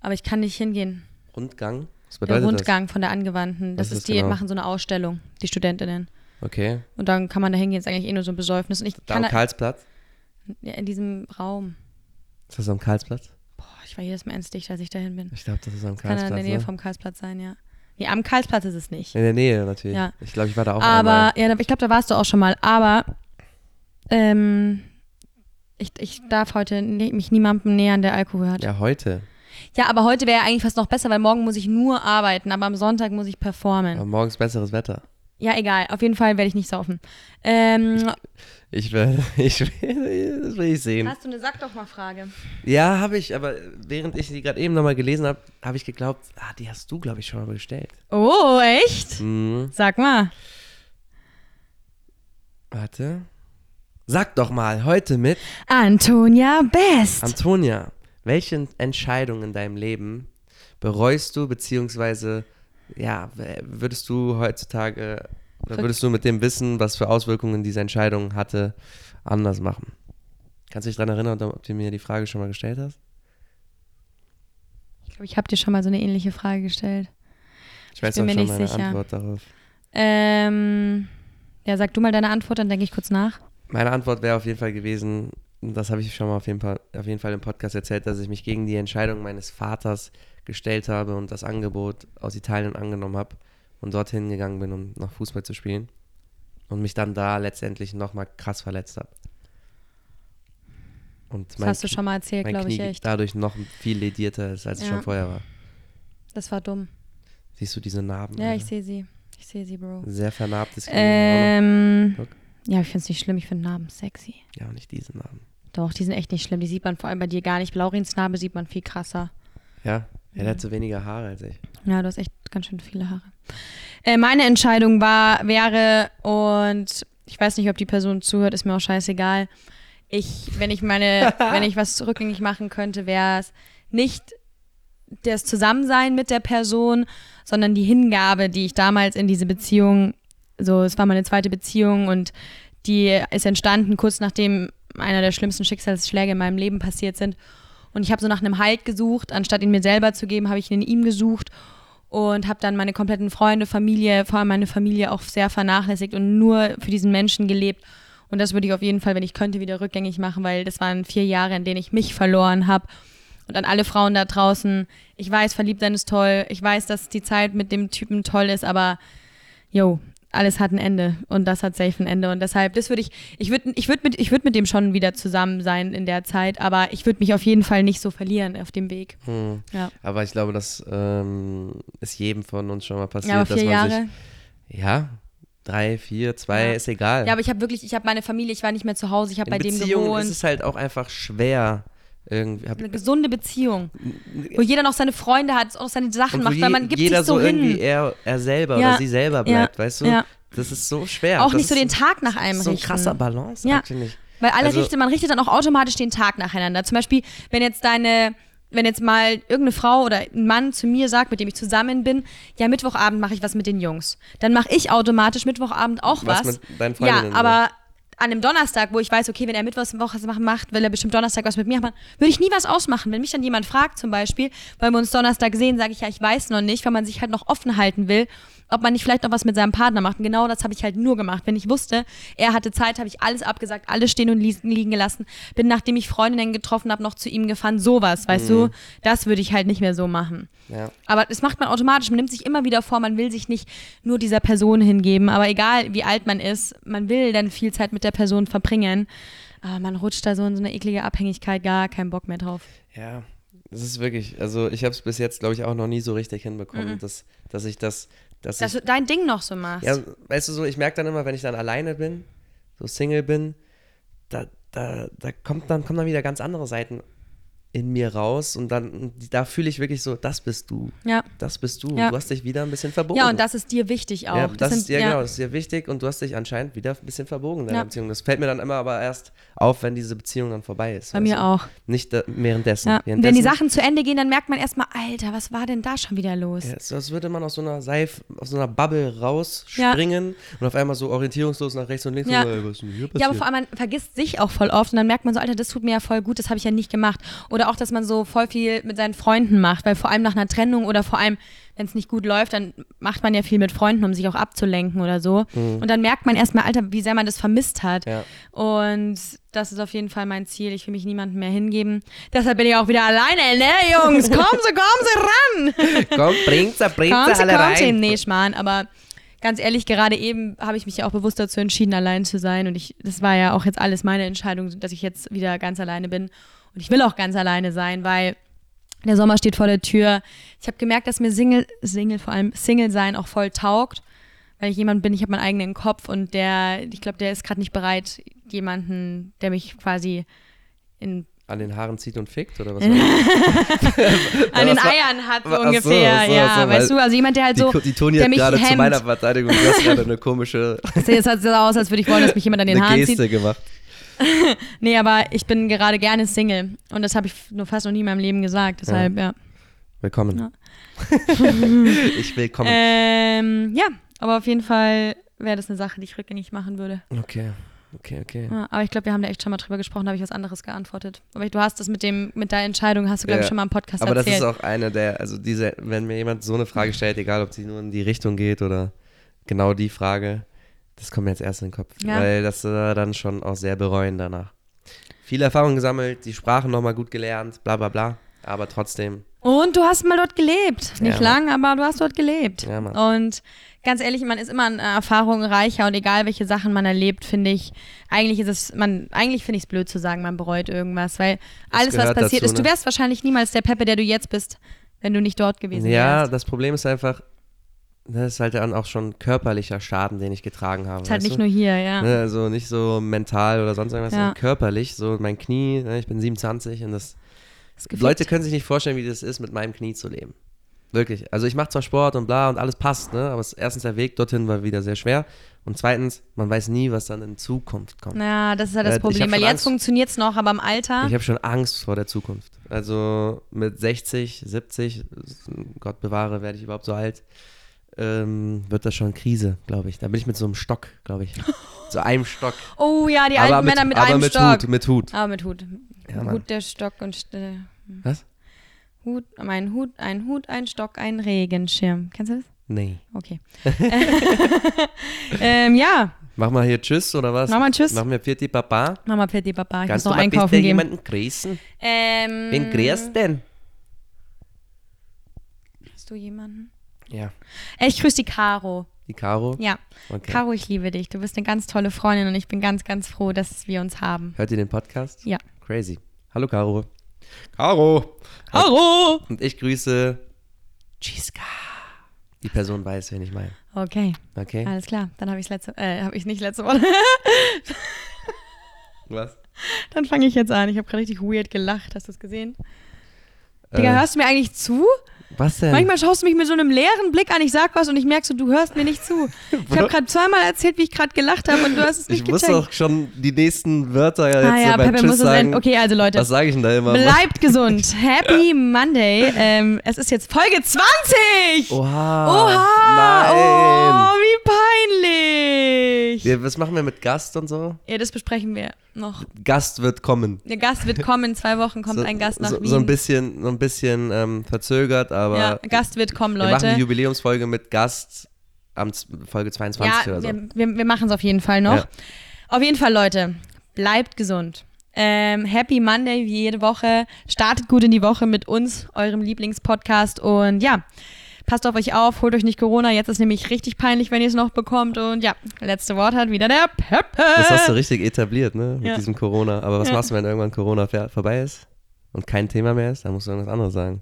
S3: Aber ich kann nicht hingehen.
S1: Rundgang? Was
S3: Der
S1: bedeutet
S3: Rundgang von der Angewandten. Das
S1: Was
S3: ist,
S1: ist
S3: die
S1: genau?
S3: machen so eine Ausstellung, die Studentinnen.
S1: das? Okay.
S3: Und dann kann man da hingehen, ist eigentlich eh nur so ein Besäufnis. Und ich
S1: Da am
S3: kann da,
S1: Karlsplatz?
S3: ja, in diesem Raum.
S1: Ist das am Karlsplatz?
S3: Boah, ich war jedes Mal ängstlich, als ich dahin bin.
S1: Ich glaube, das ist am
S3: Kann da
S1: Karlsplatz.
S3: in der Nähe
S1: ne?
S3: vom Karlsplatz sein, ja. Nee, am Karlsplatz ist es nicht.
S1: in der Nähe natürlich.
S3: Ja.
S1: Ich glaube, ich war da auch einmal.
S3: Aber, ja, da- ich glaube, da warst du auch schon mal. Aber ähm, ich, ich darf heute ne- mich niemandem nähern, der Alkohol hat.
S1: Ja, heute.
S3: Ja, aber heute wäre ja eigentlich fast noch besser, weil morgen muss ich nur arbeiten, aber am Sonntag muss ich
S1: Aber
S3: performen.
S1: morgens besseres Wetter.
S3: Ja, egal. Auf jeden Fall werde ich nicht saufen. Ähm,
S1: Ich will, ich will, das will ich sehen.
S3: hast du eine Sag doch mal Frage?
S1: Ja, habe ich, aber während ich die gerade eben nochmal gelesen habe, habe ich geglaubt, ah, die hast du, glaube ich, schon mal bestellt.
S3: Oh, echt?
S1: Mhm.
S3: Sag mal.
S1: Warte. Sag doch mal, heute mit
S3: Antonia Best.
S1: Antonia, welche Entscheidung in deinem Leben bereust du, beziehungsweise, ja, w- würdest du heutzutage, oder
S3: Rück-
S1: würdest du mit dem Wissen, was für Auswirkungen diese Entscheidung hatte, anders machen? Kannst du dich daran erinnern, ob du mir die Frage schon mal gestellt hast?
S3: ich glaube, ich habe dir schon mal so eine ähnliche Frage gestellt.
S1: Ich weiß
S3: bin
S1: auch
S3: mir
S1: schon
S3: nicht
S1: meine
S3: sicher.
S1: Antwort darauf.
S3: Ähm, ja, sag du mal deine Antwort, dann denke ich kurz nach.
S1: Meine Antwort wäre auf jeden Fall gewesen, und das habe ich schon mal auf jeden, Fall, auf jeden Fall im Podcast erzählt, dass ich mich gegen die Entscheidung meines Vaters gestellt habe und das Angebot aus Italien angenommen habe und dorthin gegangen bin, um noch Fußball zu spielen und mich dann da letztendlich nochmal krass verletzt habe. Und
S3: Das hast du schon mal erzählt,
S1: mein
S3: glaube ich,
S1: Knie
S3: echt.
S1: dadurch noch viel ledierter ist, als es
S3: Ja.
S1: schon vorher war.
S3: Das war dumm.
S1: Siehst du diese Narben?
S3: Ja, ich
S1: Alter?
S3: sehe sie. Ich sehe sie, Bro.
S1: Sehr vernarbtes Knie.
S3: Ähm,
S1: Guck.
S3: ja, ich finde es nicht schlimm. Ich finde Narben sexy.
S1: ja, und nicht diese Narben.
S3: Doch, die sind echt nicht schlimm. Die sieht man vor allem bei dir gar nicht. Laurins Narbe sieht man viel krasser.
S1: Ja, er
S3: Mhm.
S1: hat so weniger Haare als ich.
S3: Ja, du hast echt ganz schön viele Haare. Äh, meine Entscheidung war, wäre, und ich weiß nicht, ob die Person zuhört, ist mir auch scheißegal. Ich, wenn ich meine, wenn ich was rückgängig machen könnte, wäre es nicht das Zusammensein mit der Person, sondern die Hingabe, die ich damals in diese Beziehung, so es war meine zweite Beziehung und die ist entstanden kurz nachdem einer der schlimmsten Schicksalsschläge in meinem Leben passiert sind. Und ich habe so nach einem Halt gesucht, anstatt ihn mir selber zu geben, habe ich ihn in ihm gesucht und habe dann meine kompletten Freunde, Familie, vor allem meine Familie auch sehr vernachlässigt und nur für diesen Menschen gelebt. Und das würde ich auf jeden Fall, wenn ich könnte, wieder rückgängig machen, weil das waren vier Jahre, in denen ich mich verloren habe. Und an alle Frauen da draußen, ich weiß, verliebt sein ist toll. Ich weiß, dass die Zeit mit dem Typen toll ist, aber yo, alles hat ein Ende und das hat safe ein Ende und deshalb, das würde ich, ich würde ich würd mit, ich würd mit dem schon wieder zusammen sein in der Zeit, aber ich würde mich auf jeden Fall nicht so verlieren auf dem Weg.
S1: Hm.
S3: Ja,
S1: Aber ich glaube, das ähm, ist jedem von uns schon mal passiert,
S3: ja aber
S1: dass
S3: vier
S1: man
S3: Jahre.
S1: sich. Ja, drei, vier, zwei,
S3: Ja.
S1: ist egal.
S3: Ja, aber ich habe wirklich, ich habe meine Familie, ich war nicht mehr zu Hause, ich habe
S1: In
S3: bei dem
S1: Beziehungen
S3: gewohnt.
S1: ist es halt auch einfach schwer. Irgendwie, hab,
S3: eine gesunde Beziehung, wo jeder noch seine Freunde hat, auch seine Sachen
S1: und
S3: macht,
S1: wo
S3: weil
S1: je-
S3: man gibt
S1: jeder
S3: sich so,
S1: irgendwie
S3: hin.
S1: er, er selber
S3: Ja.
S1: oder sie selber bleibt, weißt du?
S3: ja.
S1: Das ist so schwer.
S3: Auch
S1: das
S3: nicht so
S1: ist
S3: den Tag nach einem
S1: so ein
S3: richten.
S1: krasser Balance,
S3: Ja.
S1: finde ich.
S3: Weil alle
S1: Also-
S3: richtet, man richtet dann auch automatisch den Tag nacheinander. Zum Beispiel, wenn jetzt deine, wenn jetzt mal irgendeine Frau oder ein Mann zu mir sagt, mit dem ich zusammen bin, ja, Mittwochabend mache ich was mit den Jungs. Dann mache ich automatisch Mittwochabend auch
S1: Was
S3: was.
S1: mit deinen
S3: ja,
S1: Freundinnen,
S3: aber an einem Donnerstag, wo ich weiß, okay, wenn er Mittwochs was macht, will er bestimmt Donnerstag was mit mir machen, würde ich nie was ausmachen. Wenn mich dann jemand fragt zum Beispiel, weil wir uns Donnerstag sehen, sage ich ja, ich weiß noch nicht, weil man sich halt noch offen halten will, ob man nicht vielleicht noch was mit seinem Partner macht. Und genau das habe ich halt nur gemacht. Wenn ich wusste, er hatte Zeit, habe ich alles abgesagt, alles stehen und lies- liegen gelassen. Bin, nachdem ich Freundinnen getroffen habe, noch zu ihm gefahren. Sowas, weißt
S1: Mhm.
S3: du, das würde ich halt nicht mehr so machen.
S1: Ja.
S3: Aber das macht man automatisch. Man nimmt sich immer wieder vor, man will sich nicht nur dieser Person hingeben. Aber egal, wie alt man ist, man will dann viel Zeit mit der Person verbringen. Aber man rutscht da so in so eine eklige Abhängigkeit, gar keinen Bock mehr drauf.
S1: Ja, das ist wirklich, also ich habe es bis jetzt, glaube ich, auch noch nie so richtig
S3: Mhm.
S1: hinbekommen, dass, dass ich das, dass
S3: Dass
S1: ich,
S3: du dein Ding noch so machst.
S1: ja, weißt du so, ich merke dann immer, wenn ich dann alleine bin, so Single bin, da, da, da kommt dann, kommen dann wieder ganz andere Seiten in mir raus und dann, da fühle ich wirklich so, das bist du,
S3: Ja.
S1: das bist du,
S3: Ja.
S1: du hast dich wieder ein bisschen verbogen.
S3: Ja, und das ist dir wichtig auch.
S1: Oh. Ja, das,
S3: sind-
S1: ist ja, genau, das ist sehr wichtig und du hast dich anscheinend wieder ein bisschen verbogen in deiner
S3: Ja.
S1: Beziehung. Das fällt mir dann immer aber erst auf, wenn diese Beziehung dann vorbei ist.
S3: Bei
S1: weißt
S3: mir
S1: du?
S3: auch.
S1: Nicht da, währenddessen.
S3: Ja. Und
S1: währenddessen.
S3: Wenn die Sachen zu Ende gehen, dann merkt man erstmal, Alter, was war denn da schon wieder los?
S1: Ja, so, als würde man aus so einer Seif, aus so einer Bubble rausspringen und auf einmal so orientierungslos nach rechts und links.
S3: Ja.
S1: so, ey, was ist denn hier passiert?
S3: Ja, aber vor allem, man vergisst sich auch voll oft und dann merkt man so, Alter, das tut mir ja voll gut, das habe ich ja nicht gemacht. Oder auch, dass man so voll viel mit seinen Freunden macht, weil vor allem nach einer Trennung oder vor allem, wenn es nicht gut läuft, dann macht man ja viel mit Freunden, um sich auch abzulenken oder so. Und dann merkt man erstmal, Alter, wie sehr man das vermisst hat.
S1: Mhm. Ja.
S3: Und das ist auf jeden Fall mein Ziel. Ich will mich niemandem mehr hingeben. Deshalb bin ich auch wieder alleine, ne, Jungs? Kommen Sie, kommen Sie ran!
S1: Komm, bringt sie, bringt
S3: Kommt,
S1: sie alle
S3: kommt
S1: rein.
S3: hin. Nee, Schmarrn, aber ganz ehrlich, gerade eben habe ich mich ja auch bewusst dazu entschieden, allein zu sein. Und ich, das war ja auch jetzt alles meine Entscheidung, dass ich jetzt wieder ganz alleine bin. Und ich will auch ganz alleine sein, weil der Sommer steht vor der Tür. Ich habe gemerkt, dass mir Single, Single vor allem Single sein auch voll taugt, weil ich jemand bin, ich habe meinen eigenen Kopf und der, ich glaube, der ist gerade nicht bereit, jemanden, der mich quasi in,
S1: An den Haaren zieht und fickt oder was? war das?
S3: an den
S1: was war-
S3: Eiern hat, so
S1: Ach so,
S3: ungefähr.
S1: ach so,
S3: ja,
S1: ach so, weil
S3: weißt du, also jemand, der halt
S1: die,
S3: so,
S1: Ko- die Toni
S3: der
S1: hat
S3: mich
S1: gerade zu
S3: hemmt.
S1: meiner Verteidigung du hast gerade eine komische
S3: Jetzt hat es so aus, als würde ich wollen, dass mich jemand an den
S1: eine
S3: Haaren
S1: Geste
S3: zieht.
S1: gemacht.
S3: Nee, aber ich bin gerade gerne Single. Und das habe ich nur fast noch nie in meinem Leben gesagt. Deshalb, ja.
S1: Willkommen.
S3: Ja.
S1: ich willkommen.
S3: Ähm, ja, aber auf jeden Fall wäre das eine Sache, die ich rückgängig machen würde.
S1: Okay, okay, okay.
S3: Ja, aber ich glaube, wir haben da echt schon mal drüber gesprochen, da habe ich was anderes geantwortet. Aber du hast das mit dem, mit deiner Entscheidung, hast du, glaube ich,
S1: Ja.
S3: schon mal im Podcast
S1: Aber das
S3: erzählt.
S1: ist auch eine der, also diese, wenn mir jemand so eine Frage stellt, egal ob sie nur in die Richtung geht oder genau die Frage, das kommt mir jetzt erst in den Kopf.
S3: Ja.
S1: Weil das äh, dann schon auch sehr bereuen danach. Viel Erfahrung gesammelt, die Sprache nochmal gut gelernt, bla bla bla. Aber trotzdem,
S3: Und du hast mal dort gelebt. Nicht
S1: Ja, Mann.
S3: lang, aber du hast dort gelebt.
S1: Ja, Mann.
S3: und ganz ehrlich, man ist immer an äh, Erfahrungen reicher und egal welche Sachen man erlebt, finde ich, eigentlich ist es, man, eigentlich finde ich es blöd zu sagen, man bereut irgendwas, weil alles, was
S1: gehört
S3: passiert
S1: dazu,
S3: ist, du
S1: ne?
S3: wärst wahrscheinlich niemals der Peppe, der du jetzt bist, wenn du nicht dort gewesen
S1: ja,
S3: wärst.
S1: das Problem ist einfach, das ist halt dann auch schon körperlicher Schaden, den ich getragen habe.
S3: Ist halt
S1: weißt
S3: nicht
S1: du?
S3: nur hier, ja.
S1: Ne, also nicht so mental oder sonst irgendwas,
S3: Ja.
S1: sondern körperlich, so mein Knie, ne, ich bin 27 und das
S3: Ist gefickt.
S1: Leute können sich nicht vorstellen, wie das ist, mit meinem Knie zu leben. Wirklich. Also ich mache zwar Sport und bla und alles passt, ne? Aber es, erstens der Weg dorthin war wieder sehr schwer. Und zweitens, man weiß nie, was dann in Zukunft kommt.
S3: ja, das ist ja
S1: Äh,
S3: das
S1: ich hab
S3: Problem, weil
S1: schon
S3: jetzt
S1: Angst.
S3: funktioniert es noch, aber im Alter.
S1: Ich habe schon Angst vor der Zukunft. Also mit 60, 70, Gott bewahre, werde ich überhaupt so alt, ähm, wird das schon Krise, glaube ich. Da bin ich mit so einem Stock, glaube ich. so einem Stock.
S3: oh ja, die
S1: aber
S3: alten
S1: mit,
S3: Männer mit
S1: aber
S3: einem
S1: mit
S3: Stock.
S1: Hut, mit Hut.
S3: Aber Ah, mit Hut.
S1: Ja, Mann.
S3: Hut, der Stock und St- äh,
S1: Was?
S3: Hut, mein Hut, ein Hut, ein Stock, ein Regenschirm. Kennst du das?
S1: Nee.
S3: Okay. ähm, ja,
S1: Mach mal hier Tschüss oder was?
S3: Mach mal Tschüss.
S1: Mach mir Pieti Papa.
S3: Mama Pitti Papa, ich
S1: Kannst du
S3: muss noch
S1: mal bitte
S3: einkaufen gehen.
S1: jemanden grüßen?
S3: Ähm,
S1: Wen grüßt denn?
S3: Hast du jemanden?
S1: Ja.
S3: Äh, ich grüße die Caro.
S1: Die Caro?
S3: Ja.
S1: Okay.
S3: Caro, ich liebe dich. Du bist eine ganz tolle Freundin und ich bin ganz, ganz froh, dass wir uns haben.
S1: Hört ihr den Podcast?
S3: Ja.
S1: Crazy. Hallo Caro. Caro!
S3: Caro!
S1: Und ich grüße Giska. Die Person weiß, wen ich meine.
S3: Okay,
S1: Okay?
S3: alles klar. Dann habe ich letzte, äh, habe ich nicht letzte Woche.
S1: Was?
S3: Dann fange ich jetzt an. Ich habe gerade richtig weird gelacht. Hast du es gesehen?
S1: Äh,
S3: Digga, hörst du mir eigentlich zu?
S1: was denn?
S3: Manchmal schaust du mich mit so einem leeren Blick an, ich sag was und ich merk so, du hörst mir nicht zu. Ich habe gerade zweimal erzählt, wie ich gerade gelacht habe und du hast es
S1: ich
S3: nicht
S1: wusste
S3: gecheckt.
S1: auch schon die nächsten Wörter jetzt
S3: ah ja,
S1: so beim
S3: Pepe
S1: Tschüss
S3: muss es
S1: sagen.
S3: sein. Okay, also Leute,
S1: Was sage ich denn da immer?
S3: bleibt gesund. Happy Monday. Ähm, es ist jetzt Folge 20.
S1: Oha!
S3: Oha!
S1: Nein!
S3: Oh, wie peinlich.
S1: Wir, was machen wir mit Gast und so?
S3: Ja, das besprechen wir noch.
S1: Gast wird kommen.
S3: Der Gast wird kommen. In zwei Wochen kommt
S1: so,
S3: ein Gast nach
S1: so,
S3: Wien.
S1: so ein bisschen, so ein bisschen ähm, verzögert, aber
S3: ja, Gast wird kommen,
S1: wir machen
S3: Leute.
S1: die Jubiläumsfolge mit Gast am Z- Folge 22
S3: ja,
S1: oder so.
S3: wir, wir, wir machen es auf jeden Fall noch.
S1: Ja.
S3: Auf jeden Fall, Leute, bleibt gesund. Ähm, happy Monday wie jede Woche. Startet gut in die Woche mit uns, eurem Lieblingspodcast. Und ja, passt auf euch auf, holt euch nicht Corona. Jetzt ist nämlich richtig peinlich, wenn ihr es noch bekommt. Und ja, letzte Wort hat wieder der Peppe.
S1: Das hast du richtig etabliert, ne? Mit
S3: Äh. Ja.
S1: diesem Corona. Aber was
S3: Ja.
S1: machst du, wenn irgendwann Corona fer- vorbei ist und kein Thema mehr ist? Dann musst du irgendwas anderes sagen.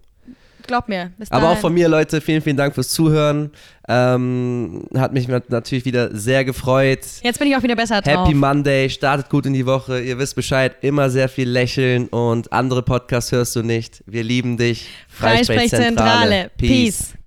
S3: Glaub mir. Bis
S1: Aber auch
S3: dahin.
S1: von mir, Leute, vielen, vielen Dank fürs Zuhören. Ähm, hat mich nat- natürlich wieder sehr gefreut.
S3: Jetzt bin ich auch wieder besser drauf.
S1: Happy Monday, startet gut in die Woche. Ihr wisst Bescheid, immer sehr viel lächeln und andere Podcasts hörst du nicht. Wir lieben dich.
S3: Freisprechzentrale. Peace.